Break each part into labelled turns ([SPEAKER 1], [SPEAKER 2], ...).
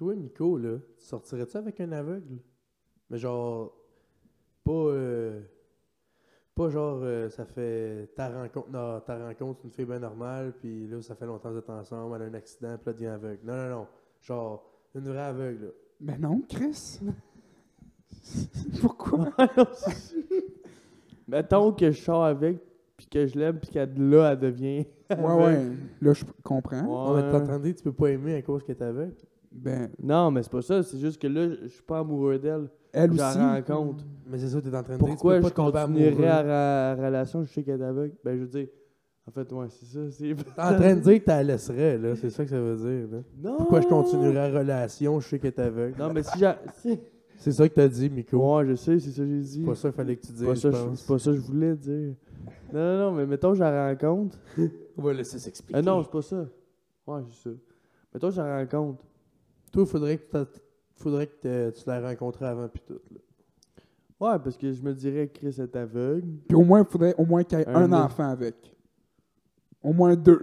[SPEAKER 1] Nico, là, tu sortirais-tu avec un aveugle? Mais genre, pas. euh, pas genre, euh, ça fait ta rencontre, non, ta rencontre, une fille bien normale, puis là, ça fait longtemps que vous êtes ensemble, elle a un accident, puis là, elle devient aveugle. Non, non, non. Genre, une vraie aveugle, là.
[SPEAKER 2] Mais Ben non, Chris. Pourquoi?
[SPEAKER 3] Mettons que je sors avec, puis que je l'aime, puis qu'elle là, elle devient.
[SPEAKER 2] Ouais, ouais. Là, je comprends.
[SPEAKER 1] Non, mais
[SPEAKER 3] Ouais.
[SPEAKER 1] t'entendais, tu peux pas aimer à cause qu'elle est aveugle.
[SPEAKER 2] Ben,
[SPEAKER 3] Non, mais c'est pas ça. C'est juste que là, je je suis pas amoureux d'elle.
[SPEAKER 2] elle
[SPEAKER 3] Je
[SPEAKER 2] aussi.
[SPEAKER 3] la rencontre.
[SPEAKER 1] Mais c'est ça, t'es en train de dire,
[SPEAKER 3] Pourquoi
[SPEAKER 1] tu peux
[SPEAKER 3] je
[SPEAKER 1] pas tomber
[SPEAKER 3] continuerais
[SPEAKER 1] amoureux.
[SPEAKER 3] à la relation Je sais qu'elle est aveugle. Ben, je veux dire. En fait, ouais, c'est ça. C'est...
[SPEAKER 1] T'es en train de dire que t'as la laisserais, là. C'est ça que ça veut dire, là.
[SPEAKER 3] Non!
[SPEAKER 1] Pourquoi je continuerais la relation, je sais qu'elle est aveugle.
[SPEAKER 3] Non, mais si j'ai. si-
[SPEAKER 1] C'est ça que t'as dit, Miko.
[SPEAKER 3] Ouais, je sais, c'est ça que j'ai dit.
[SPEAKER 1] C'est pas ça qu'il fallait que tu dises,
[SPEAKER 3] C'est pas ça,
[SPEAKER 1] je
[SPEAKER 3] je-
[SPEAKER 1] pense.
[SPEAKER 3] c'est pas ça que je voulais dire. Non, non, non, mais mettons, je la rencontre.
[SPEAKER 1] On va laisser s'expliquer.
[SPEAKER 3] Ah non, c'est pas ça. Ouais, c'est ça. Mettons, je la rencontre.
[SPEAKER 1] Toi, faudrait que, t'a- faudrait que t'a- tu la rencontres avant puis tout. Là.
[SPEAKER 3] Ouais, parce que je me dirais que Chris est aveugle.
[SPEAKER 2] Puis au moins, il faudrait au moins qu'il y ait
[SPEAKER 3] Un
[SPEAKER 2] un,
[SPEAKER 3] autre.
[SPEAKER 2] enfant avec. Au moins deux.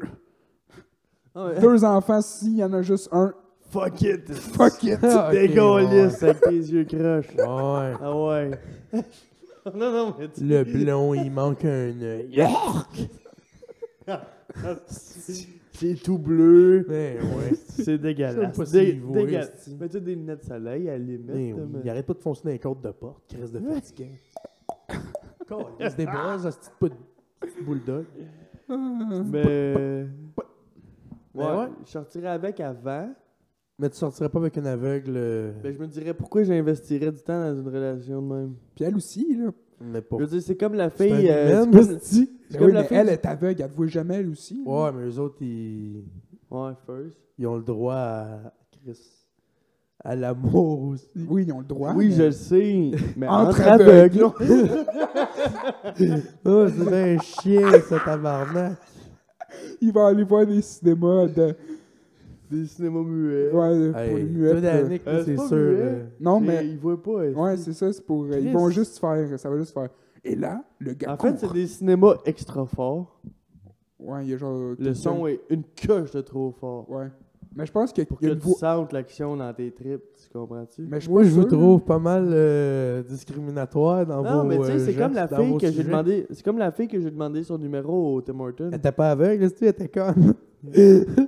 [SPEAKER 3] Ah, mais-
[SPEAKER 2] deux enfants, s'il y en a juste un,
[SPEAKER 3] Fuck it!
[SPEAKER 2] fuck it!
[SPEAKER 1] Ah, ok,
[SPEAKER 3] Dégolisse avec tes yeux croches.
[SPEAKER 1] Ouais. Ouais.
[SPEAKER 3] Ah ouais. non, non, mais tu.
[SPEAKER 1] Le blond, il manque un œil.
[SPEAKER 3] Ah, C'est tout bleu.
[SPEAKER 1] Mais Ben, ouais.
[SPEAKER 3] C'est dégueulasse.
[SPEAKER 1] Je sais pas
[SPEAKER 3] Dé-
[SPEAKER 1] s'il vaut,
[SPEAKER 3] dégueulasse.
[SPEAKER 1] esti.
[SPEAKER 3] Mets-tu des lunettes de soleil à la limite?
[SPEAKER 1] Mais Ben, oui,
[SPEAKER 3] mais-
[SPEAKER 1] Il arrête pas de foncer dans les côtes de porte, Chris de fatiguant. Calisse des brosses, à ce petit de bulldog.
[SPEAKER 3] Mais.
[SPEAKER 1] Mais
[SPEAKER 3] Ouais,
[SPEAKER 1] ouais.
[SPEAKER 3] je sortirais avec avant.
[SPEAKER 1] Euh. Mais tu sortirais pas avec un aveugle, euh,
[SPEAKER 3] Mais je me dirais pourquoi j'investirais du temps dans une relation de même.
[SPEAKER 2] Puis elle aussi, là.
[SPEAKER 1] mais pas.
[SPEAKER 3] Je veux dire, c'est comme la
[SPEAKER 1] C'est un
[SPEAKER 3] fille. euh,
[SPEAKER 1] humain,
[SPEAKER 3] c'est comme-
[SPEAKER 1] esti.
[SPEAKER 2] Ben
[SPEAKER 3] comme
[SPEAKER 2] oui,
[SPEAKER 3] la
[SPEAKER 2] mais
[SPEAKER 3] fille
[SPEAKER 2] elle
[SPEAKER 3] du-
[SPEAKER 2] est aveugle, elle ne voit jamais elle aussi. là.
[SPEAKER 1] Ouais, mais eux autres, ils,
[SPEAKER 3] Ouais, first.
[SPEAKER 1] ils ont le droit à, Chris, à l'amour aussi.
[SPEAKER 2] Oui, ils ont le droit.
[SPEAKER 3] oui,
[SPEAKER 2] mais-
[SPEAKER 3] je le sais. Mais
[SPEAKER 2] Entre
[SPEAKER 3] entre,
[SPEAKER 2] aveugles.
[SPEAKER 3] aveugles.
[SPEAKER 1] Oh, c'est un chien, ce tabarnak.
[SPEAKER 2] Il va aller voir des cinémas de.
[SPEAKER 3] Des cinémas muets.
[SPEAKER 2] Ouais, pour les
[SPEAKER 1] Hey, toi,
[SPEAKER 2] muettes. là.
[SPEAKER 1] Danick, là,
[SPEAKER 3] Euh, c'est
[SPEAKER 1] c'est
[SPEAKER 3] pas
[SPEAKER 1] sûr.
[SPEAKER 3] muet.
[SPEAKER 1] euh,
[SPEAKER 2] Non,
[SPEAKER 3] C'est-
[SPEAKER 2] mais.
[SPEAKER 3] Ils voient pas. esti.
[SPEAKER 2] Ouais, c'est ça, c'est pour. euh, Ils
[SPEAKER 3] Christ.
[SPEAKER 2] vont juste faire. Ça va juste faire. Et là, le gars.
[SPEAKER 3] En fait,
[SPEAKER 2] court.
[SPEAKER 3] c'est des cinémas extra forts.
[SPEAKER 2] Ouais, il y a genre.
[SPEAKER 3] Le son est une coche de trop fort.
[SPEAKER 2] Ouais. Mais je pense que.
[SPEAKER 3] Pour
[SPEAKER 2] il y
[SPEAKER 3] que
[SPEAKER 2] a une
[SPEAKER 3] tu
[SPEAKER 2] voix-
[SPEAKER 3] sentes l'action dans tes tripes, tu comprends-tu?
[SPEAKER 2] Mais je suis
[SPEAKER 1] Moi,
[SPEAKER 2] pas
[SPEAKER 1] je vous
[SPEAKER 2] sûr, là.
[SPEAKER 1] trouve pas mal euh, discriminatoire dans vos
[SPEAKER 3] Non, mais tu sais,
[SPEAKER 1] euh,
[SPEAKER 3] c'est comme la
[SPEAKER 1] gestes, dans
[SPEAKER 3] fille
[SPEAKER 1] vos
[SPEAKER 3] que j'ai
[SPEAKER 1] sujets.
[SPEAKER 3] demandé. C'est comme la fille que j'ai demandé son numéro au Tim Horton.
[SPEAKER 1] Elle était pas aveugle, tu elle était conne.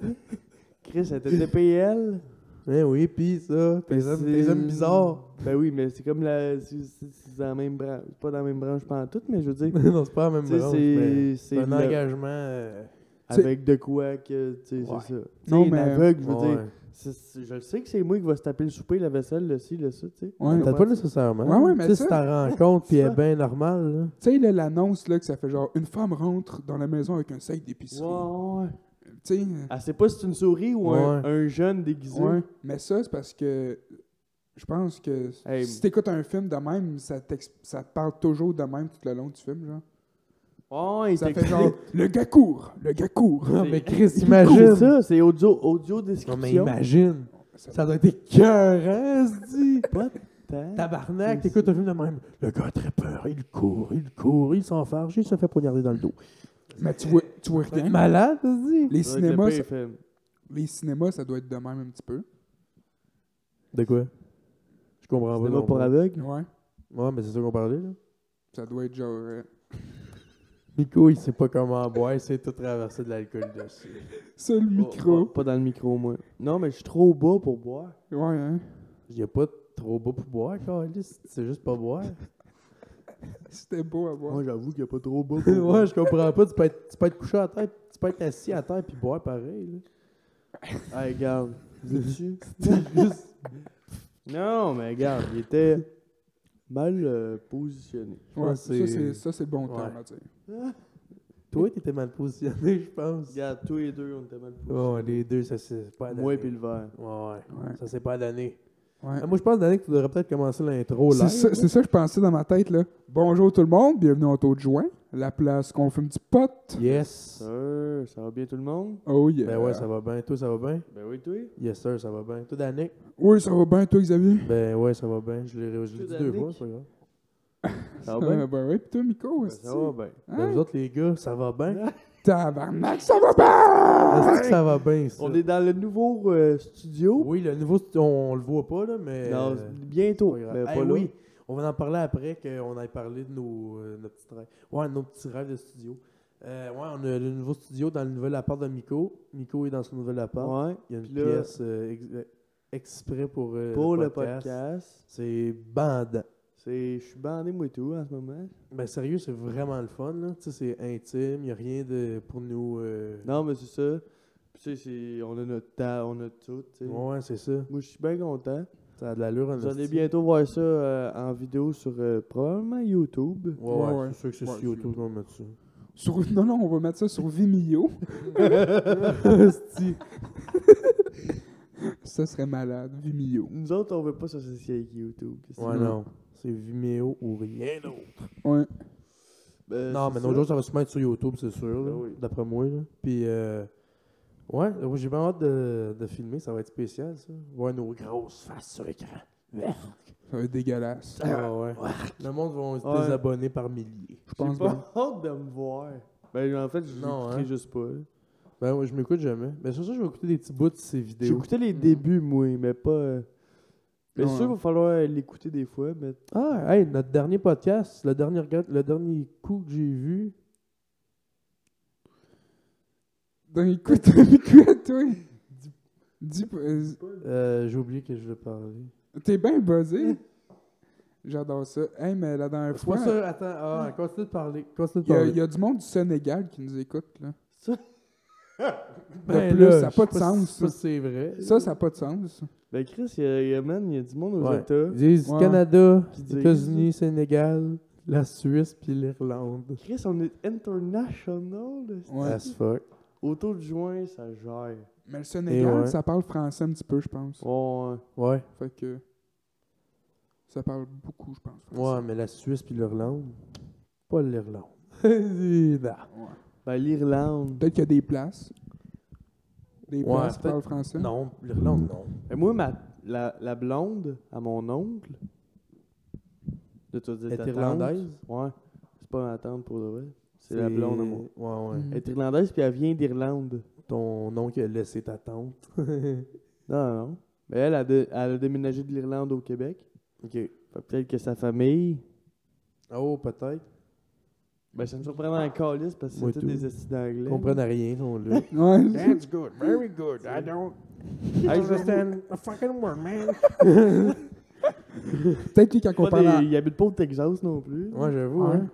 [SPEAKER 3] Chris, elle était DPL.
[SPEAKER 1] Mais Ben oui, pis ça, tes
[SPEAKER 3] Ben,
[SPEAKER 1] hommes,
[SPEAKER 3] c'est-
[SPEAKER 1] tes hommes bizarres.
[SPEAKER 3] Ben oui, mais c'est comme la. C'est c'est- c'est dans la même branche. Pas dans la même branche pendant tout, mais je veux dire.
[SPEAKER 1] non, c'est pas la même
[SPEAKER 3] Tu sais,
[SPEAKER 1] branche, mais
[SPEAKER 3] c'est.
[SPEAKER 1] c'est
[SPEAKER 3] C'est
[SPEAKER 1] un
[SPEAKER 3] le-
[SPEAKER 1] engagement... euh,
[SPEAKER 3] Avec de quoi que. Tu sais,
[SPEAKER 1] Ouais.
[SPEAKER 3] c'est ça.
[SPEAKER 2] Non,
[SPEAKER 3] Non, mais.
[SPEAKER 2] mais-
[SPEAKER 3] aveugle, je veux
[SPEAKER 1] euh, ouais.
[SPEAKER 3] dire. c'est- c'est- Je le sais que c'est moi qui va se taper le souper, la vaisselle, le ci, le ça, tu sais.
[SPEAKER 2] Ouais.
[SPEAKER 1] Peut-être pas nécessairement.
[SPEAKER 2] Ouais, ouais, mais
[SPEAKER 1] Tu sais,
[SPEAKER 2] ça-
[SPEAKER 1] si t'en rends compte, pis elle est bien normale, là.
[SPEAKER 2] Tu sais, là, l'annonce, là, que ça fait genre une femme rentre dans la maison avec un sac d'épicerie.
[SPEAKER 3] Ouais, ouais.
[SPEAKER 2] Tu sais,
[SPEAKER 3] Elle sait pas si c'est une souris ou un,
[SPEAKER 1] Ouais.
[SPEAKER 3] un jeune déguisé.
[SPEAKER 2] ouais. Mais ça, c'est parce que je pense que
[SPEAKER 3] Hey.
[SPEAKER 2] si t'écoutes un film de même, ça, t'ex- ça te parle toujours de même tout le long du film, genre.
[SPEAKER 3] Ouais, il
[SPEAKER 2] Ça
[SPEAKER 3] t'explique-
[SPEAKER 2] fait genre, le gars court, le gars court.
[SPEAKER 1] Ah,
[SPEAKER 3] C'est-
[SPEAKER 1] mais Chris,
[SPEAKER 3] C'est
[SPEAKER 1] imagine!
[SPEAKER 3] cool, ça, c'est audio, audio
[SPEAKER 1] Non,
[SPEAKER 3] description.
[SPEAKER 1] mais imagine!
[SPEAKER 2] Ça-
[SPEAKER 1] Ça doit être écœurant, dit.
[SPEAKER 3] What the-
[SPEAKER 1] Tabarnak,
[SPEAKER 3] C'est-
[SPEAKER 1] t'écoutes un film de même. Le gars a très peur, il court, il court, il s'enfarge, il se fait poignarder dans le dos.
[SPEAKER 2] Mais tu vois, tu vois
[SPEAKER 1] T'es
[SPEAKER 2] rien.
[SPEAKER 1] malade, ça se dit?
[SPEAKER 2] Les
[SPEAKER 3] Ça doit être le
[SPEAKER 2] cinémas, ça,
[SPEAKER 3] pire film.
[SPEAKER 2] les cinémas, ça doit être de même un petit peu.
[SPEAKER 1] De quoi? Je comprends pas.
[SPEAKER 3] Cinéma
[SPEAKER 1] Ah, non
[SPEAKER 3] pour
[SPEAKER 1] plus.
[SPEAKER 3] aveugle.
[SPEAKER 2] Ouais.
[SPEAKER 1] Ouais, mais c'est ça qu'on parlait, là.
[SPEAKER 2] Ça doit être genre... euh,
[SPEAKER 1] Nico, il sait pas comment boire, il sait tout traverser de l'alcool dessus.
[SPEAKER 2] ça, le
[SPEAKER 3] Oh, oh,
[SPEAKER 2] micro.
[SPEAKER 3] pas dans le micro, moi. Non, mais je suis trop bas pour boire.
[SPEAKER 2] Ouais, hein.
[SPEAKER 1] Il a pas trop beau pour boire, Carlis. C'est juste pas boire.
[SPEAKER 2] C'était beau à voir.
[SPEAKER 3] Moi, j'avoue qu'il n'y a pas trop bas pour boire.
[SPEAKER 1] ouais, je comprends pas. Tu peux, être, tu peux être couché à terre, tu peux être assis à terre puis boire pareil, là.
[SPEAKER 3] Hey, regarde. Veux-tu? Non, mais regarde, il était mal euh, positionné.
[SPEAKER 2] Ouais,
[SPEAKER 1] pense que
[SPEAKER 2] ça,
[SPEAKER 1] c'est-
[SPEAKER 2] c'est- ça, c'est bon
[SPEAKER 1] Ouais.
[SPEAKER 2] terme à dire.
[SPEAKER 1] Toi, t'étais mal positionné, je pense.
[SPEAKER 3] Regarde, tous les deux, on était mal positionnés.
[SPEAKER 1] Oh, les deux, ça c'est pas
[SPEAKER 3] moi et
[SPEAKER 1] donné.
[SPEAKER 3] puis le verre.
[SPEAKER 1] Ouais,
[SPEAKER 2] Ouais.
[SPEAKER 1] ouais. Ça c'est pas donné.
[SPEAKER 2] Ouais.
[SPEAKER 1] Ah, Moi, je pense, Danick, que tu devrais peut-être commencer l'intro
[SPEAKER 2] C'est
[SPEAKER 1] là.
[SPEAKER 2] ça, c'est ça que je pensais dans ma tête, là. Bonjour tout le monde, bienvenue au taux de juin, la place qu'on fume du pot.
[SPEAKER 1] Yes.
[SPEAKER 3] Sir, ça va bien tout le monde?
[SPEAKER 2] Oh yeah.
[SPEAKER 1] Ben ouais, ça va bien. Toi, ça va bien?
[SPEAKER 3] Ben oui, toi?
[SPEAKER 1] Yes, sir, ça va bien. Toi, Danick?
[SPEAKER 2] Oui, ça va bien, toi, Xavier?
[SPEAKER 1] Ben ouais, ça va bien. Je l'ai je l'ai dit
[SPEAKER 3] Toi,
[SPEAKER 1] deux
[SPEAKER 3] Danick?
[SPEAKER 1] fois, c'est pas grave.
[SPEAKER 3] Ça va bien?
[SPEAKER 2] ben ouais, pis toi, Miko,
[SPEAKER 3] Ben,
[SPEAKER 2] est-ce
[SPEAKER 3] ça va bien.
[SPEAKER 1] Ben, vous autres, les gars, ça va bien?
[SPEAKER 2] Tabarnak, ça va pas!
[SPEAKER 1] Est-ce que ça va bien, ça?
[SPEAKER 3] Ah, On est dans le nouveau euh, studio.
[SPEAKER 1] Oui, le nouveau, stu- on, on le voit pas, là, mais...
[SPEAKER 3] Non,
[SPEAKER 1] euh,
[SPEAKER 3] bientôt.
[SPEAKER 1] pas grave.
[SPEAKER 3] mais
[SPEAKER 1] Eh
[SPEAKER 3] pas là.
[SPEAKER 1] oui, on va en parler après qu'on ait parlé de nos, euh, nos petits rêves. Ouais, nos petits rêves de studio. Euh, ouais, on a le nouveau studio dans le nouvel appart de Miko. Miko est dans son nouvel appart.
[SPEAKER 3] Ouais.
[SPEAKER 1] Il y a une
[SPEAKER 3] Puis là-
[SPEAKER 1] pièce euh, ex- euh, exprès pour, euh,
[SPEAKER 3] Pour le podcast.
[SPEAKER 1] C'est bandant.
[SPEAKER 3] C'est. Je suis bandé moi et tout en ce moment.
[SPEAKER 1] Ben sérieux, c'est vraiment le fun. là. Tu sais, C'est intime, il n'y a rien de pour nous. euh,
[SPEAKER 3] Non, mais c'est ça. Puis, tu sais, c'est- on a notre temps, on a tout. tu sais.
[SPEAKER 1] Ouais, c'est ça.
[SPEAKER 3] Moi, je suis bien content.
[SPEAKER 1] Ça a de l'allure. en
[SPEAKER 3] Vous allez
[SPEAKER 1] esti.
[SPEAKER 3] bientôt voir ça euh, en vidéo sur euh, probablement YouTube.
[SPEAKER 1] Ouais, ouais,
[SPEAKER 2] Ouais, ouais.
[SPEAKER 1] c'est sûr que c'est
[SPEAKER 2] Ouais,
[SPEAKER 1] sur YouTube hein,
[SPEAKER 2] c'est-
[SPEAKER 1] qu'on va mettre ça.
[SPEAKER 2] Sur- Non, non, on va mettre ça sur Vimeo.
[SPEAKER 1] Esti.
[SPEAKER 2] Ça serait malade, Vimeo.
[SPEAKER 3] Nous autres, on veut pas s'associer avec YouTube. qu'est-ce que
[SPEAKER 1] ouais,
[SPEAKER 3] tu veux?
[SPEAKER 1] non. C'est Vimeo ou rien d'autre.
[SPEAKER 2] Ouais.
[SPEAKER 3] Ben,
[SPEAKER 1] non,
[SPEAKER 3] c'est
[SPEAKER 1] mais
[SPEAKER 3] ça.
[SPEAKER 1] nos jours, Euh, ça va sûrement être sur YouTube, c'est sûr. là,
[SPEAKER 3] Ben oui.
[SPEAKER 1] D'après moi. là. Puis, euh, ouais, euh, j'ai vraiment hâte de, de filmer. Ça va être spécial, ça. Voir nos grosses faces sur écran.
[SPEAKER 2] Ça va être dégueulasse.
[SPEAKER 1] Ah, ouais. Le monde va se
[SPEAKER 3] Ouais.
[SPEAKER 1] désabonner par milliers.
[SPEAKER 2] Je
[SPEAKER 3] J'ai
[SPEAKER 2] pense
[SPEAKER 3] pas
[SPEAKER 2] bien.
[SPEAKER 3] hâte de me voir. Ben, en fait, je
[SPEAKER 1] Non,
[SPEAKER 3] l'écouterai
[SPEAKER 1] hein.
[SPEAKER 3] juste pas. là.
[SPEAKER 1] Ben, ouais, je m'écoute jamais. Mais sur ça, je vais écouter des petits bouts de ces vidéos.
[SPEAKER 3] J'écoutais les débuts, moi, mais pas. euh, Mais
[SPEAKER 2] Ouais.
[SPEAKER 3] c'est sûr qu'il va falloir l'écouter des fois. Mais...
[SPEAKER 1] Ah, hey, notre dernier podcast, le dernier, regard- le dernier coup que j'ai vu.
[SPEAKER 2] Donc écoute, écoute à toi. Dis, euh,
[SPEAKER 1] euh, j'ai oublié que je voulais parler.
[SPEAKER 2] t'es bien buzzé. J'adore ça. Hey, mais la dernière
[SPEAKER 1] C'est pas
[SPEAKER 2] fois,
[SPEAKER 1] ça, attends, ah, continue de parler. Continue de
[SPEAKER 2] il y, a-
[SPEAKER 1] parler.
[SPEAKER 2] il y a du monde du Sénégal qui nous écoute. Là.
[SPEAKER 1] Ben
[SPEAKER 2] de plus,
[SPEAKER 1] là,
[SPEAKER 2] ça a
[SPEAKER 1] je
[SPEAKER 2] pas
[SPEAKER 1] sais
[SPEAKER 2] de sens,
[SPEAKER 1] si- je sais pas
[SPEAKER 2] ça.
[SPEAKER 1] si c'est vrai.
[SPEAKER 2] Ça, ça n'a pas de sens.
[SPEAKER 3] Ben, Chris, il y, a- il y a, man, il y a du monde aux
[SPEAKER 1] Ouais.
[SPEAKER 3] États.
[SPEAKER 1] Ils disent
[SPEAKER 2] Ouais.
[SPEAKER 1] Canada,
[SPEAKER 3] Qui disent-
[SPEAKER 1] États-Unis, Sénégal, la Suisse, puis l'Irlande.
[SPEAKER 3] Chris, on est international. là.
[SPEAKER 2] Ouais.
[SPEAKER 1] As fuck.
[SPEAKER 3] Autour de juin, ça gère.
[SPEAKER 2] Mais le Sénégal,
[SPEAKER 1] Et ouais.
[SPEAKER 2] ça parle français un petit peu, je pense.
[SPEAKER 3] Ouais.
[SPEAKER 1] Ouais.
[SPEAKER 2] Fait que. Ça parle beaucoup, je pense. français.
[SPEAKER 1] Ouais, mais la Suisse puis l'Irlande, pas l'Irlande. non.
[SPEAKER 2] Ouais.
[SPEAKER 3] Ben, l'Irlande.
[SPEAKER 2] Peut-être qu'il y a des places. Des
[SPEAKER 1] Ouais,
[SPEAKER 2] places qui
[SPEAKER 1] peut-être-
[SPEAKER 2] parlent français.
[SPEAKER 1] Non, l'Irlande, non.
[SPEAKER 3] Ben, moi, ma, la, la blonde à mon oncle. De toi, de
[SPEAKER 1] Elle est
[SPEAKER 3] ta tante.
[SPEAKER 1] irlandaise?
[SPEAKER 3] Ouais. C'est pas ma tante pour le vrai. C'est la blonde à mon.
[SPEAKER 1] Ouais, ouais.
[SPEAKER 2] Mm.
[SPEAKER 3] Elle est irlandaise, puis elle vient d'Irlande.
[SPEAKER 1] Ton oncle a laissé ta tante.
[SPEAKER 3] Non, non, non. Mais elle, elle, a- elle a déménagé de l'Irlande au Québec.
[SPEAKER 1] OK.
[SPEAKER 3] Fait que Peut-être que sa famille.
[SPEAKER 1] Oh, peut-être.
[SPEAKER 3] Ben, ça me surprend en calice parce que
[SPEAKER 1] Moi
[SPEAKER 3] c'est tous
[SPEAKER 1] tout.
[SPEAKER 3] des études d'anglais.
[SPEAKER 1] Ils comprennent rien, on là.
[SPEAKER 2] Ouais, c'est-
[SPEAKER 4] That's good. Very good. I don't
[SPEAKER 3] Hey, je-
[SPEAKER 4] understand a fucking word, man.
[SPEAKER 2] Peut-être que quand on
[SPEAKER 3] Pas
[SPEAKER 2] parle. en-
[SPEAKER 3] des- Ils habitent pas au Texas non plus.
[SPEAKER 1] Ouais, j'avoue,
[SPEAKER 2] Ouais.
[SPEAKER 1] hein.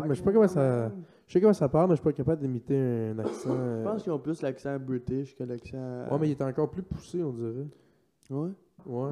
[SPEAKER 1] Mais je sais pas comment ça. Je sais comment ça parle, mais je suis pas capable d'imiter un accent. euh,
[SPEAKER 3] Je pense qu'ils ont plus l'accent british que l'accent.
[SPEAKER 1] Ouais, mais il est encore plus poussé, on dirait.
[SPEAKER 3] Ouais.
[SPEAKER 1] Ouais.
[SPEAKER 2] Ouais.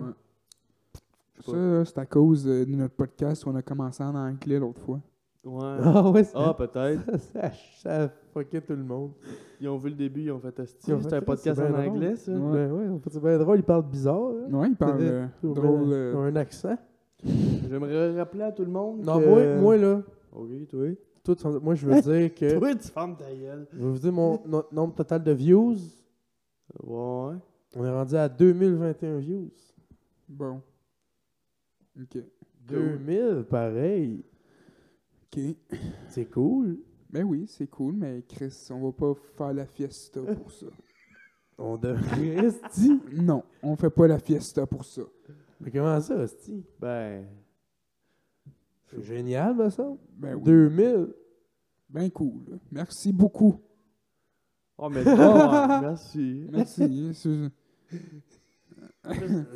[SPEAKER 3] je sais
[SPEAKER 2] Ça,
[SPEAKER 3] pas.
[SPEAKER 2] là, c'est à cause euh, de notre podcast où on a commencé en anglais l'autre fois.
[SPEAKER 3] Ouais.
[SPEAKER 1] Ah ouais, ça,
[SPEAKER 3] Ah, peut-être.
[SPEAKER 1] ça, ça fuckait tout le monde.
[SPEAKER 3] Ils ont vu le début, ils ont fait asti.
[SPEAKER 1] Ils ont
[SPEAKER 3] C'est
[SPEAKER 1] fait
[SPEAKER 3] un
[SPEAKER 1] ça,
[SPEAKER 3] podcast
[SPEAKER 1] c'est
[SPEAKER 3] en
[SPEAKER 1] bien drôle.
[SPEAKER 3] anglais, ça.
[SPEAKER 2] Ouais.
[SPEAKER 1] Ben ouais, on peut dire, ben drôle, il parle bizarre. Hein?
[SPEAKER 2] Ouais, il parle euh,
[SPEAKER 1] Ou ben,
[SPEAKER 2] drôle. euh,
[SPEAKER 1] ils ont un accent.
[SPEAKER 3] J'aimerais rappeler à tout le monde.
[SPEAKER 1] Non,
[SPEAKER 3] que-
[SPEAKER 1] moi, moi là,
[SPEAKER 3] Ok, toi.
[SPEAKER 1] toi, tu- moi je veux dire que.
[SPEAKER 3] Toi, tu fermes ta gueule.
[SPEAKER 1] Je vais vous dire mon no- nombre total de views.
[SPEAKER 3] Ouais.
[SPEAKER 1] On est rendu à 2021 views.
[SPEAKER 2] Bon. Ok.
[SPEAKER 1] 2000, pareil.
[SPEAKER 2] Ok.
[SPEAKER 1] C'est cool.
[SPEAKER 2] Ben oui, c'est cool, mais Chris, on va pas faire la fiesta
[SPEAKER 3] Euh,
[SPEAKER 2] pour ça.
[SPEAKER 1] On devrait rester.
[SPEAKER 2] Non, on fait pas la fiesta pour ça.
[SPEAKER 1] Mais comment ça, hostie?
[SPEAKER 3] Ben.
[SPEAKER 1] C'est génial, ben ça.
[SPEAKER 2] Ben oui.
[SPEAKER 1] 2000.
[SPEAKER 2] Ben cool. Merci beaucoup.
[SPEAKER 3] Oh, mais non, merci.
[SPEAKER 2] Merci. Hein, c'est-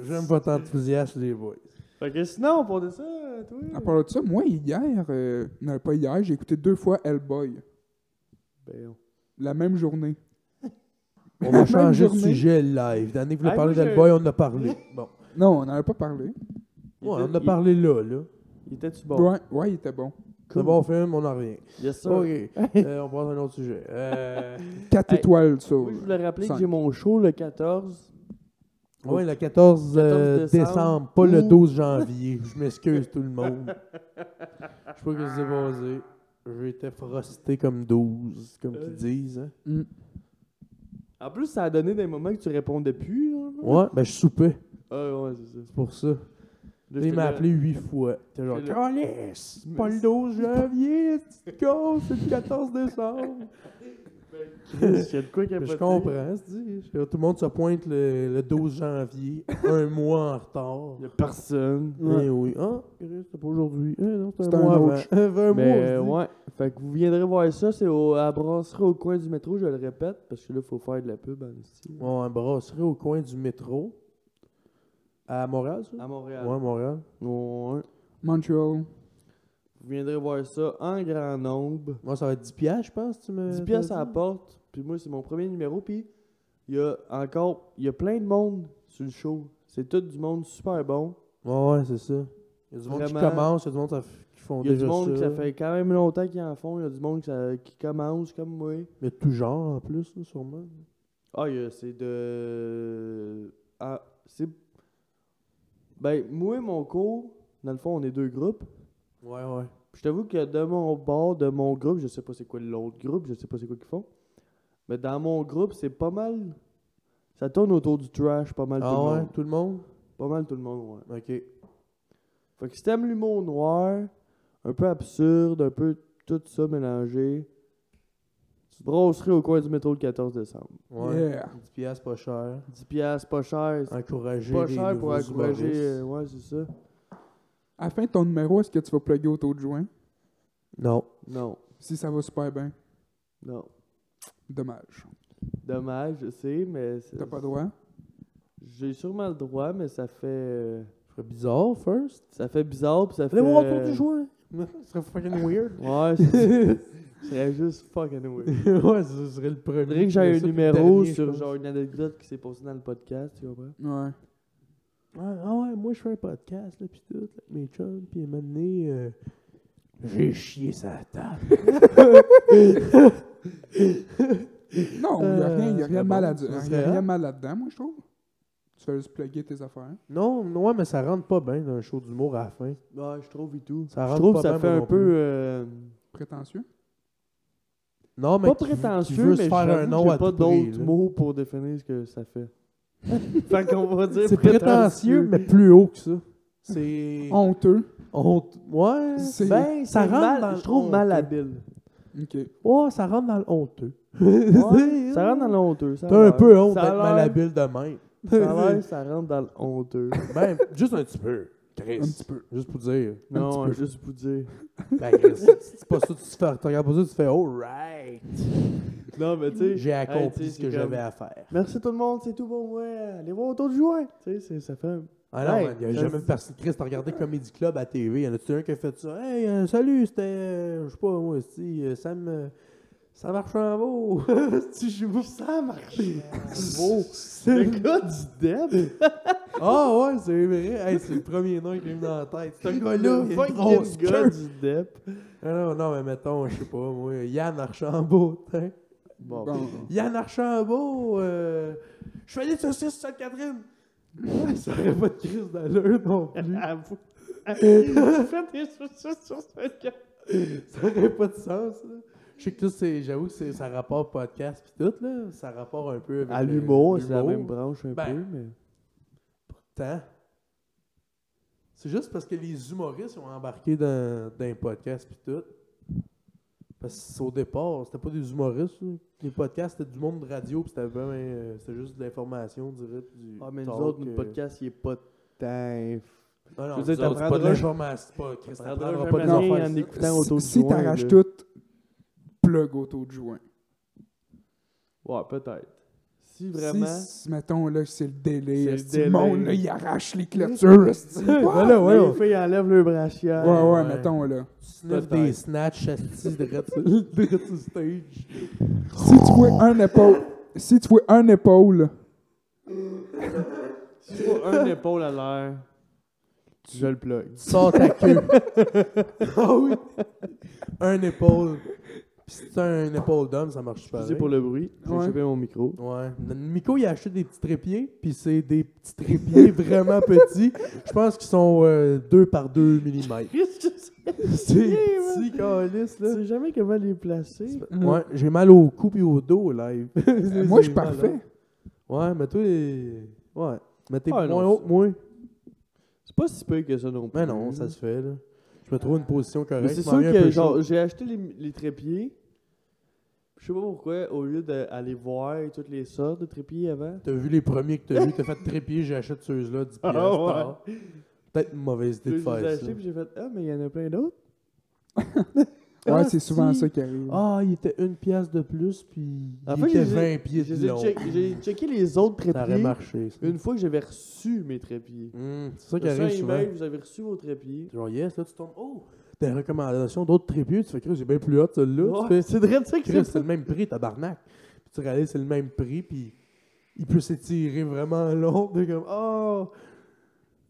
[SPEAKER 1] J'aime votre enthousiasme, les boys.
[SPEAKER 3] Fait que sinon, pour dire ça, toi.
[SPEAKER 1] Ah,
[SPEAKER 2] à part de ça, moi, hier, euh, non, pas hier, j'ai écouté deux fois Hellboy.
[SPEAKER 3] Ben, on-
[SPEAKER 2] La même journée.
[SPEAKER 1] On
[SPEAKER 2] La
[SPEAKER 1] va
[SPEAKER 2] même
[SPEAKER 1] changer de
[SPEAKER 2] journée.
[SPEAKER 1] sujet live. Danick voulait
[SPEAKER 3] Hey,
[SPEAKER 1] parler
[SPEAKER 3] moi, j'ai-
[SPEAKER 1] d'Hellboy, on en a parlé. Bon.
[SPEAKER 2] Non, on n'en a pas parlé.
[SPEAKER 3] Il
[SPEAKER 1] Ouais, on
[SPEAKER 3] était-
[SPEAKER 1] en a parlé là, là.
[SPEAKER 3] Il était-tu bon?
[SPEAKER 2] Ouais, ouais, il était bon.
[SPEAKER 1] C'est un bon film, on en revient.
[SPEAKER 3] Yes, sir.
[SPEAKER 1] Ok, euh, on passe à un autre sujet. Euh,
[SPEAKER 2] 4
[SPEAKER 3] Hey,
[SPEAKER 2] étoiles sur.
[SPEAKER 3] Moi, je voulais rappeler
[SPEAKER 2] Cinq.
[SPEAKER 3] que j'ai mon show le 14.
[SPEAKER 1] ouais, le 14, euh,
[SPEAKER 3] 14
[SPEAKER 1] décembre,
[SPEAKER 3] décembre,
[SPEAKER 1] pas le
[SPEAKER 3] ou-
[SPEAKER 1] 12 janvier. Je m'excuse tout le monde. Je sais pas que c'est basé. J'ai été frosté comme 12, comme
[SPEAKER 3] Euh.
[SPEAKER 1] qu'ils disent. hein.
[SPEAKER 2] Mm.
[SPEAKER 3] En plus, ça a donné des moments que tu répondais plus. là.
[SPEAKER 1] Ouais, ben je soupais,
[SPEAKER 3] Ah, ouais, c'est ça. Là,
[SPEAKER 1] c'est pour ça.
[SPEAKER 3] j'étais
[SPEAKER 1] il m'a
[SPEAKER 3] là-
[SPEAKER 1] appelé Ah. huit fois. T'es genre,
[SPEAKER 3] J'étais
[SPEAKER 1] Calisse, c'est pas le 12 janvier, petite con, c'est le 14 décembre.
[SPEAKER 3] Qu'est-ce qu'il y a de quoi
[SPEAKER 1] Je
[SPEAKER 3] capoter?
[SPEAKER 1] comprends, c'est dit. Je- Tout le monde se pointe le, le 12 janvier, un mois en retard.
[SPEAKER 3] Il y a personne.
[SPEAKER 1] Eh oui. Ah, Chris, c'est pas aujourd'hui. Eh non, c'est
[SPEAKER 2] C'est
[SPEAKER 1] un,
[SPEAKER 2] un
[SPEAKER 1] mois
[SPEAKER 2] autre
[SPEAKER 1] avant. Un mois,
[SPEAKER 3] Mais euh,
[SPEAKER 1] on se dit.
[SPEAKER 3] ouais, fait que vous viendrez voir ça, c'est au, à la brasserie au coin du métro, je le répète, parce que là, faut faire de la pub en ici.
[SPEAKER 1] On brasserait au coin du métro. À Montréal, ça?
[SPEAKER 3] À Montréal.
[SPEAKER 1] Ouais, Montréal.
[SPEAKER 3] Ouais.
[SPEAKER 2] Montreal.
[SPEAKER 3] Vous viendrez voir ça en grand nombre.
[SPEAKER 1] Moi, ça va être 10 piastres, je pense. Tu me...
[SPEAKER 3] 10 pièces à la porte, puis moi, c'est mon premier numéro, puis il y a encore, il y a plein de monde sur le show. C'est tout du monde super bon.
[SPEAKER 1] Ouais, ouais, c'est ça. Il y a du monde qui
[SPEAKER 3] Vraiment.
[SPEAKER 1] commence, il y a du monde ça f- qui font
[SPEAKER 3] Il y a
[SPEAKER 1] déjà
[SPEAKER 3] du monde qui
[SPEAKER 1] ça.
[SPEAKER 3] ça fait quand même longtemps qu'ils en font, il y a du monde qui, ça- qui commence comme moi.
[SPEAKER 1] Il y a de tout genre, en plus, là, sûrement.
[SPEAKER 3] Ah, il y a- c'est de. Ah, c'est. Ben, moi et mon cours, dans le fond, on est deux groupes.
[SPEAKER 1] Ouais, ouais.
[SPEAKER 3] Puis Je t'avoue que de mon bord, de mon groupe, je sais pas c'est quoi l'autre groupe, je sais pas c'est quoi qu'ils font. Mais dans mon groupe, c'est pas mal. Ça tourne autour du trash, pas mal tout
[SPEAKER 1] Ah
[SPEAKER 3] le
[SPEAKER 1] ouais,
[SPEAKER 3] monde.
[SPEAKER 1] tout le monde?
[SPEAKER 3] Pas mal tout le monde, ouais.
[SPEAKER 1] OK.
[SPEAKER 3] Fait que si t'aimes l'humour noir, un peu absurde, un peu tout ça mélangé, tu te brosserais au coin du métro le 14 décembre.
[SPEAKER 1] Ouais.
[SPEAKER 2] Yeah.
[SPEAKER 1] 10 piastres, pas cher.
[SPEAKER 3] 10 piastres, pas cher. c'est
[SPEAKER 1] Encourager
[SPEAKER 3] Pas
[SPEAKER 1] les
[SPEAKER 3] cher pour
[SPEAKER 1] nouveaux
[SPEAKER 3] encourager.
[SPEAKER 1] humoristes.
[SPEAKER 3] euh, ouais, c'est ça.
[SPEAKER 2] À la fin de ton numéro, est-ce que tu vas plugger autour de juin?
[SPEAKER 1] Non.
[SPEAKER 3] Non,
[SPEAKER 2] Si ça va super bien,
[SPEAKER 3] non.
[SPEAKER 2] dommage.
[SPEAKER 3] Dommage, je sais, mais. c'est-
[SPEAKER 2] T'as pas droit?
[SPEAKER 3] J'ai sûrement le droit, mais ça fait. euh,
[SPEAKER 1] Ce serait bizarre, first.
[SPEAKER 3] Ça fait bizarre, puis ça fait.
[SPEAKER 1] Allez voir autour
[SPEAKER 3] euh,
[SPEAKER 1] du joint. Ce serait fucking weird.
[SPEAKER 3] Ouais, c'est ça serait juste fucking weird.
[SPEAKER 1] ouais, ce serait le premier.
[SPEAKER 3] Faudrait que
[SPEAKER 1] Mais
[SPEAKER 3] j'aille
[SPEAKER 1] ça, puis
[SPEAKER 3] un
[SPEAKER 1] le
[SPEAKER 3] numéro
[SPEAKER 1] dernier, je
[SPEAKER 3] sur
[SPEAKER 1] pense.
[SPEAKER 3] genre une anecdote qui s'est passée dans le podcast, tu comprends?
[SPEAKER 2] Ouais.
[SPEAKER 1] Ouais, ah ouais, moi je fais un podcast, là, pis tout, là, avec mes chums, pis maintenant, euh, j'ai chié sa table.
[SPEAKER 2] Non, il n'y a
[SPEAKER 1] Euh,
[SPEAKER 2] rien, y a rien
[SPEAKER 1] serait
[SPEAKER 2] de mal
[SPEAKER 1] bon.
[SPEAKER 2] à dire.
[SPEAKER 1] Ça
[SPEAKER 2] Y a
[SPEAKER 1] serait
[SPEAKER 2] rien de
[SPEAKER 1] hot.
[SPEAKER 2] mal là-dedans, moi, je trouve. Tu fais juste plugger tes affaires. hein,
[SPEAKER 1] Non, non, ouais, mais ça rentre pas bien d'un show d'humour à la fin.
[SPEAKER 3] Ouais, je trouve et tout.
[SPEAKER 1] Ça
[SPEAKER 3] Je
[SPEAKER 1] rentre
[SPEAKER 3] trouve
[SPEAKER 1] pas
[SPEAKER 3] que ça
[SPEAKER 1] bien,
[SPEAKER 3] fait
[SPEAKER 1] moi,
[SPEAKER 3] un
[SPEAKER 1] non
[SPEAKER 3] peu.
[SPEAKER 1] plus.
[SPEAKER 3] euh,
[SPEAKER 2] Prétentieux.
[SPEAKER 1] Non, mais
[SPEAKER 3] pas
[SPEAKER 1] qui- qui
[SPEAKER 3] prétentieux,
[SPEAKER 1] veut
[SPEAKER 3] mais
[SPEAKER 1] se
[SPEAKER 3] je
[SPEAKER 1] faire un nom à
[SPEAKER 3] pas
[SPEAKER 1] tout prix,
[SPEAKER 3] d'autres
[SPEAKER 1] là.
[SPEAKER 3] mots pour définir ce que ça fait. fait qu'on va dire
[SPEAKER 1] C'est prétentieux, mais plus haut que ça. C'est.
[SPEAKER 2] Honteux.
[SPEAKER 1] honte- Ouais,
[SPEAKER 2] C'est-
[SPEAKER 1] ben, ça
[SPEAKER 3] Ça
[SPEAKER 1] rentre
[SPEAKER 3] mal,
[SPEAKER 1] dans le
[SPEAKER 3] je trouve
[SPEAKER 1] honteux.
[SPEAKER 3] malhabile.
[SPEAKER 2] OK.
[SPEAKER 1] Ouais, ça rentre dans le honteux.
[SPEAKER 3] Ouais, ça rentre dans le honteux. ça a
[SPEAKER 1] T'as un
[SPEAKER 3] l'air.
[SPEAKER 1] peu honte
[SPEAKER 3] Ça a
[SPEAKER 1] d'être
[SPEAKER 3] l'air-
[SPEAKER 1] malhabile de même.
[SPEAKER 3] Ça a l'air, ça rentre dans le honteux.
[SPEAKER 1] ben, juste un petit peu. Chris.
[SPEAKER 2] Un petit peu.
[SPEAKER 1] Juste pour dire.
[SPEAKER 3] non, juste vous dire.
[SPEAKER 1] Ben, Chris, c'est pas ça, tu te fais, tu regardes pas ça, tu te fais, alright.
[SPEAKER 3] Non, mais tu sais.
[SPEAKER 1] J'ai
[SPEAKER 3] hey, tu
[SPEAKER 1] accompli
[SPEAKER 3] sais,
[SPEAKER 1] ce
[SPEAKER 3] c'est
[SPEAKER 1] que
[SPEAKER 3] comme-
[SPEAKER 1] j'avais à faire.
[SPEAKER 3] Merci tout le monde, c'est tout pour moi. Allez voir autour du joint. Tu sais, c'est- ça fait. un-
[SPEAKER 1] Ah non,
[SPEAKER 3] Hey,
[SPEAKER 1] man, il y a
[SPEAKER 3] ça-
[SPEAKER 1] jamais personne. Chris, t'as regardé Comedy Club à TV. Y en a-tu un qui a fait ça? Hey, euh, salut, c'était, euh, je sais pas, moi, aussi, euh, Sam. euh, Sam Archambault. tu joues Sam Archambault.
[SPEAKER 3] Le gars du E Deb.
[SPEAKER 1] Ah ouais, c'est vrai. Hey, c'est le premier nom qui me vient dans la tête. C'est un gars-là. il est gros
[SPEAKER 3] Le gars
[SPEAKER 1] skirt.
[SPEAKER 3] du E Deb.
[SPEAKER 1] Ah Non, non, mais mettons, je sais pas, moi, Yann Archambault. hein.
[SPEAKER 3] Bon.
[SPEAKER 2] Bon.
[SPEAKER 1] Yann Archambault, euh, je fais des saucisses sur Sainte-Catherine. ça aurait pas de crise d'allure non plus.
[SPEAKER 3] Avoue. Faites des choses sur ce gars.
[SPEAKER 1] Ça aurait pas de sens. là. Je sais que tout, c'est, j'avoue que c'est, ça rapporte podcast pis tout, là. Ça rapporte un peu avec
[SPEAKER 3] À
[SPEAKER 1] le-
[SPEAKER 3] l'humour, c'est la
[SPEAKER 1] l'humour.
[SPEAKER 3] même branche un
[SPEAKER 1] Ben,
[SPEAKER 3] peu, mais.
[SPEAKER 1] Tant. C'est juste parce que les humoristes ont embarqué dans, dans un podcast pis tout. Parce qu'au départ, c'était pas des humoristes. là. Les podcasts, c'était du monde de radio pis c'était, ben, euh, c'était juste de l'information directe du.
[SPEAKER 3] Ah, mais nous
[SPEAKER 1] talk,
[SPEAKER 3] autres, notre
[SPEAKER 1] euh. Ah
[SPEAKER 3] podcast, il est pas tant.
[SPEAKER 1] Non, non,
[SPEAKER 3] Je veux dire,
[SPEAKER 1] nous autres, c'est pas de
[SPEAKER 3] t'apprendras-
[SPEAKER 1] l'information, c'est pas Chris,
[SPEAKER 3] t'apprendras
[SPEAKER 1] t'apprendras
[SPEAKER 3] jamais
[SPEAKER 1] pas des
[SPEAKER 3] rien
[SPEAKER 1] affaires,
[SPEAKER 3] en
[SPEAKER 1] ça.
[SPEAKER 3] écoutant. Putain, autour
[SPEAKER 2] Si,
[SPEAKER 3] du
[SPEAKER 2] si
[SPEAKER 3] joint,
[SPEAKER 2] t'arraches
[SPEAKER 3] là.
[SPEAKER 2] tout, plug autour du joint.
[SPEAKER 3] Ouais, peut-être. Si vraiment.
[SPEAKER 2] Si, si, mettons, là, c'est le délai.
[SPEAKER 3] C'est le
[SPEAKER 2] esti, Le
[SPEAKER 3] délai.
[SPEAKER 2] monde, là, il arrache les clôtures. esti. Ouais,
[SPEAKER 1] Voilà, ouais,
[SPEAKER 3] les
[SPEAKER 1] ouais.
[SPEAKER 3] filles enlèvent le brassière.
[SPEAKER 2] ouais,
[SPEAKER 1] ouais.
[SPEAKER 2] mettons, là.
[SPEAKER 1] Tu sniffes des snatchs assis direct sur direct sur le stage.
[SPEAKER 2] Si tu vois un épaule... Si tu vois un épaule,
[SPEAKER 3] Si tu vois un épaule à l'air, tu je le plug.
[SPEAKER 1] Tu sors ta queue. ah oui. Un épaule. Pis si t'as un épaule d'homme, ça marche pas.
[SPEAKER 3] Excusez pour le bruit, j'ai
[SPEAKER 2] Ouais.
[SPEAKER 3] échappé mon micro.
[SPEAKER 1] Ouais. Miko, il a acheté des petits trépieds, puis c'est des petits trépieds vraiment petits. Je pense qu'ils sont 2 par 2 mm. C'est petit, calice,
[SPEAKER 3] Tu
[SPEAKER 1] là.
[SPEAKER 3] sais jamais comment les placer.
[SPEAKER 1] Ouais, j'ai mal au cou et au dos, live.
[SPEAKER 2] euh, moi, je suis
[SPEAKER 1] C'est malade.
[SPEAKER 2] parfait.
[SPEAKER 1] Ouais, mais toi, les- ouais. Mais t'es
[SPEAKER 3] Ah,
[SPEAKER 1] moins
[SPEAKER 3] non,
[SPEAKER 1] haut que moi.
[SPEAKER 3] C'est pas si peu que ça Ben non plus.
[SPEAKER 1] Mais non, ça se fait, là. Je me trouve une position correcte.
[SPEAKER 3] Mais c'est
[SPEAKER 1] je m'en
[SPEAKER 3] sûr
[SPEAKER 1] viens un peu
[SPEAKER 3] que
[SPEAKER 1] chaud.
[SPEAKER 3] genre, j'ai acheté les, les trépieds. puis Je sais pas pourquoi, au lieu d'aller voir toutes les sortes de trépieds avant.
[SPEAKER 1] T'as vu les premiers que t'as vu, t'as fait trépied, j'achète ceux-là, 10 piastres.
[SPEAKER 3] Ah, ouais.
[SPEAKER 1] Peut-être une mauvaise idée de
[SPEAKER 3] Là, Je les ai
[SPEAKER 1] faire ça.
[SPEAKER 3] achetés puis j'ai fait Ah, mais il y en a plein d'autres.
[SPEAKER 2] Ouais, c'est souvent
[SPEAKER 1] si.
[SPEAKER 2] ça qui
[SPEAKER 3] Mm.
[SPEAKER 2] arrive.
[SPEAKER 1] Ah, il était une pièce de plus, puis
[SPEAKER 3] En
[SPEAKER 1] il
[SPEAKER 3] fait,
[SPEAKER 1] était
[SPEAKER 3] j'ai-
[SPEAKER 1] 20 pieds
[SPEAKER 3] J'ai
[SPEAKER 1] de long.
[SPEAKER 3] j'ai checké les autres
[SPEAKER 1] Ça aurait
[SPEAKER 3] trépieds
[SPEAKER 1] marché. ça.
[SPEAKER 3] une Mm. fois que j'avais reçu mes trépieds.
[SPEAKER 1] Hum, c'est ça qui
[SPEAKER 3] J'ai reçu un
[SPEAKER 1] arrive souvent.
[SPEAKER 3] email, vous avez reçu vos trépieds.
[SPEAKER 1] Genre, yes, là, tu tombes. Oh, des recommandations d'autres tribus. Tu fais, Chris, j'ai bien plus haute, celle-là.
[SPEAKER 3] Ouais,
[SPEAKER 1] Tu fais,
[SPEAKER 3] c'est vrai de ça que
[SPEAKER 1] Chris,
[SPEAKER 3] c'est
[SPEAKER 1] c'est le même prix, tabarnak. Puis tu réalises, c'est le même prix, puis il peut s'étirer vraiment long. T'es comme, oh,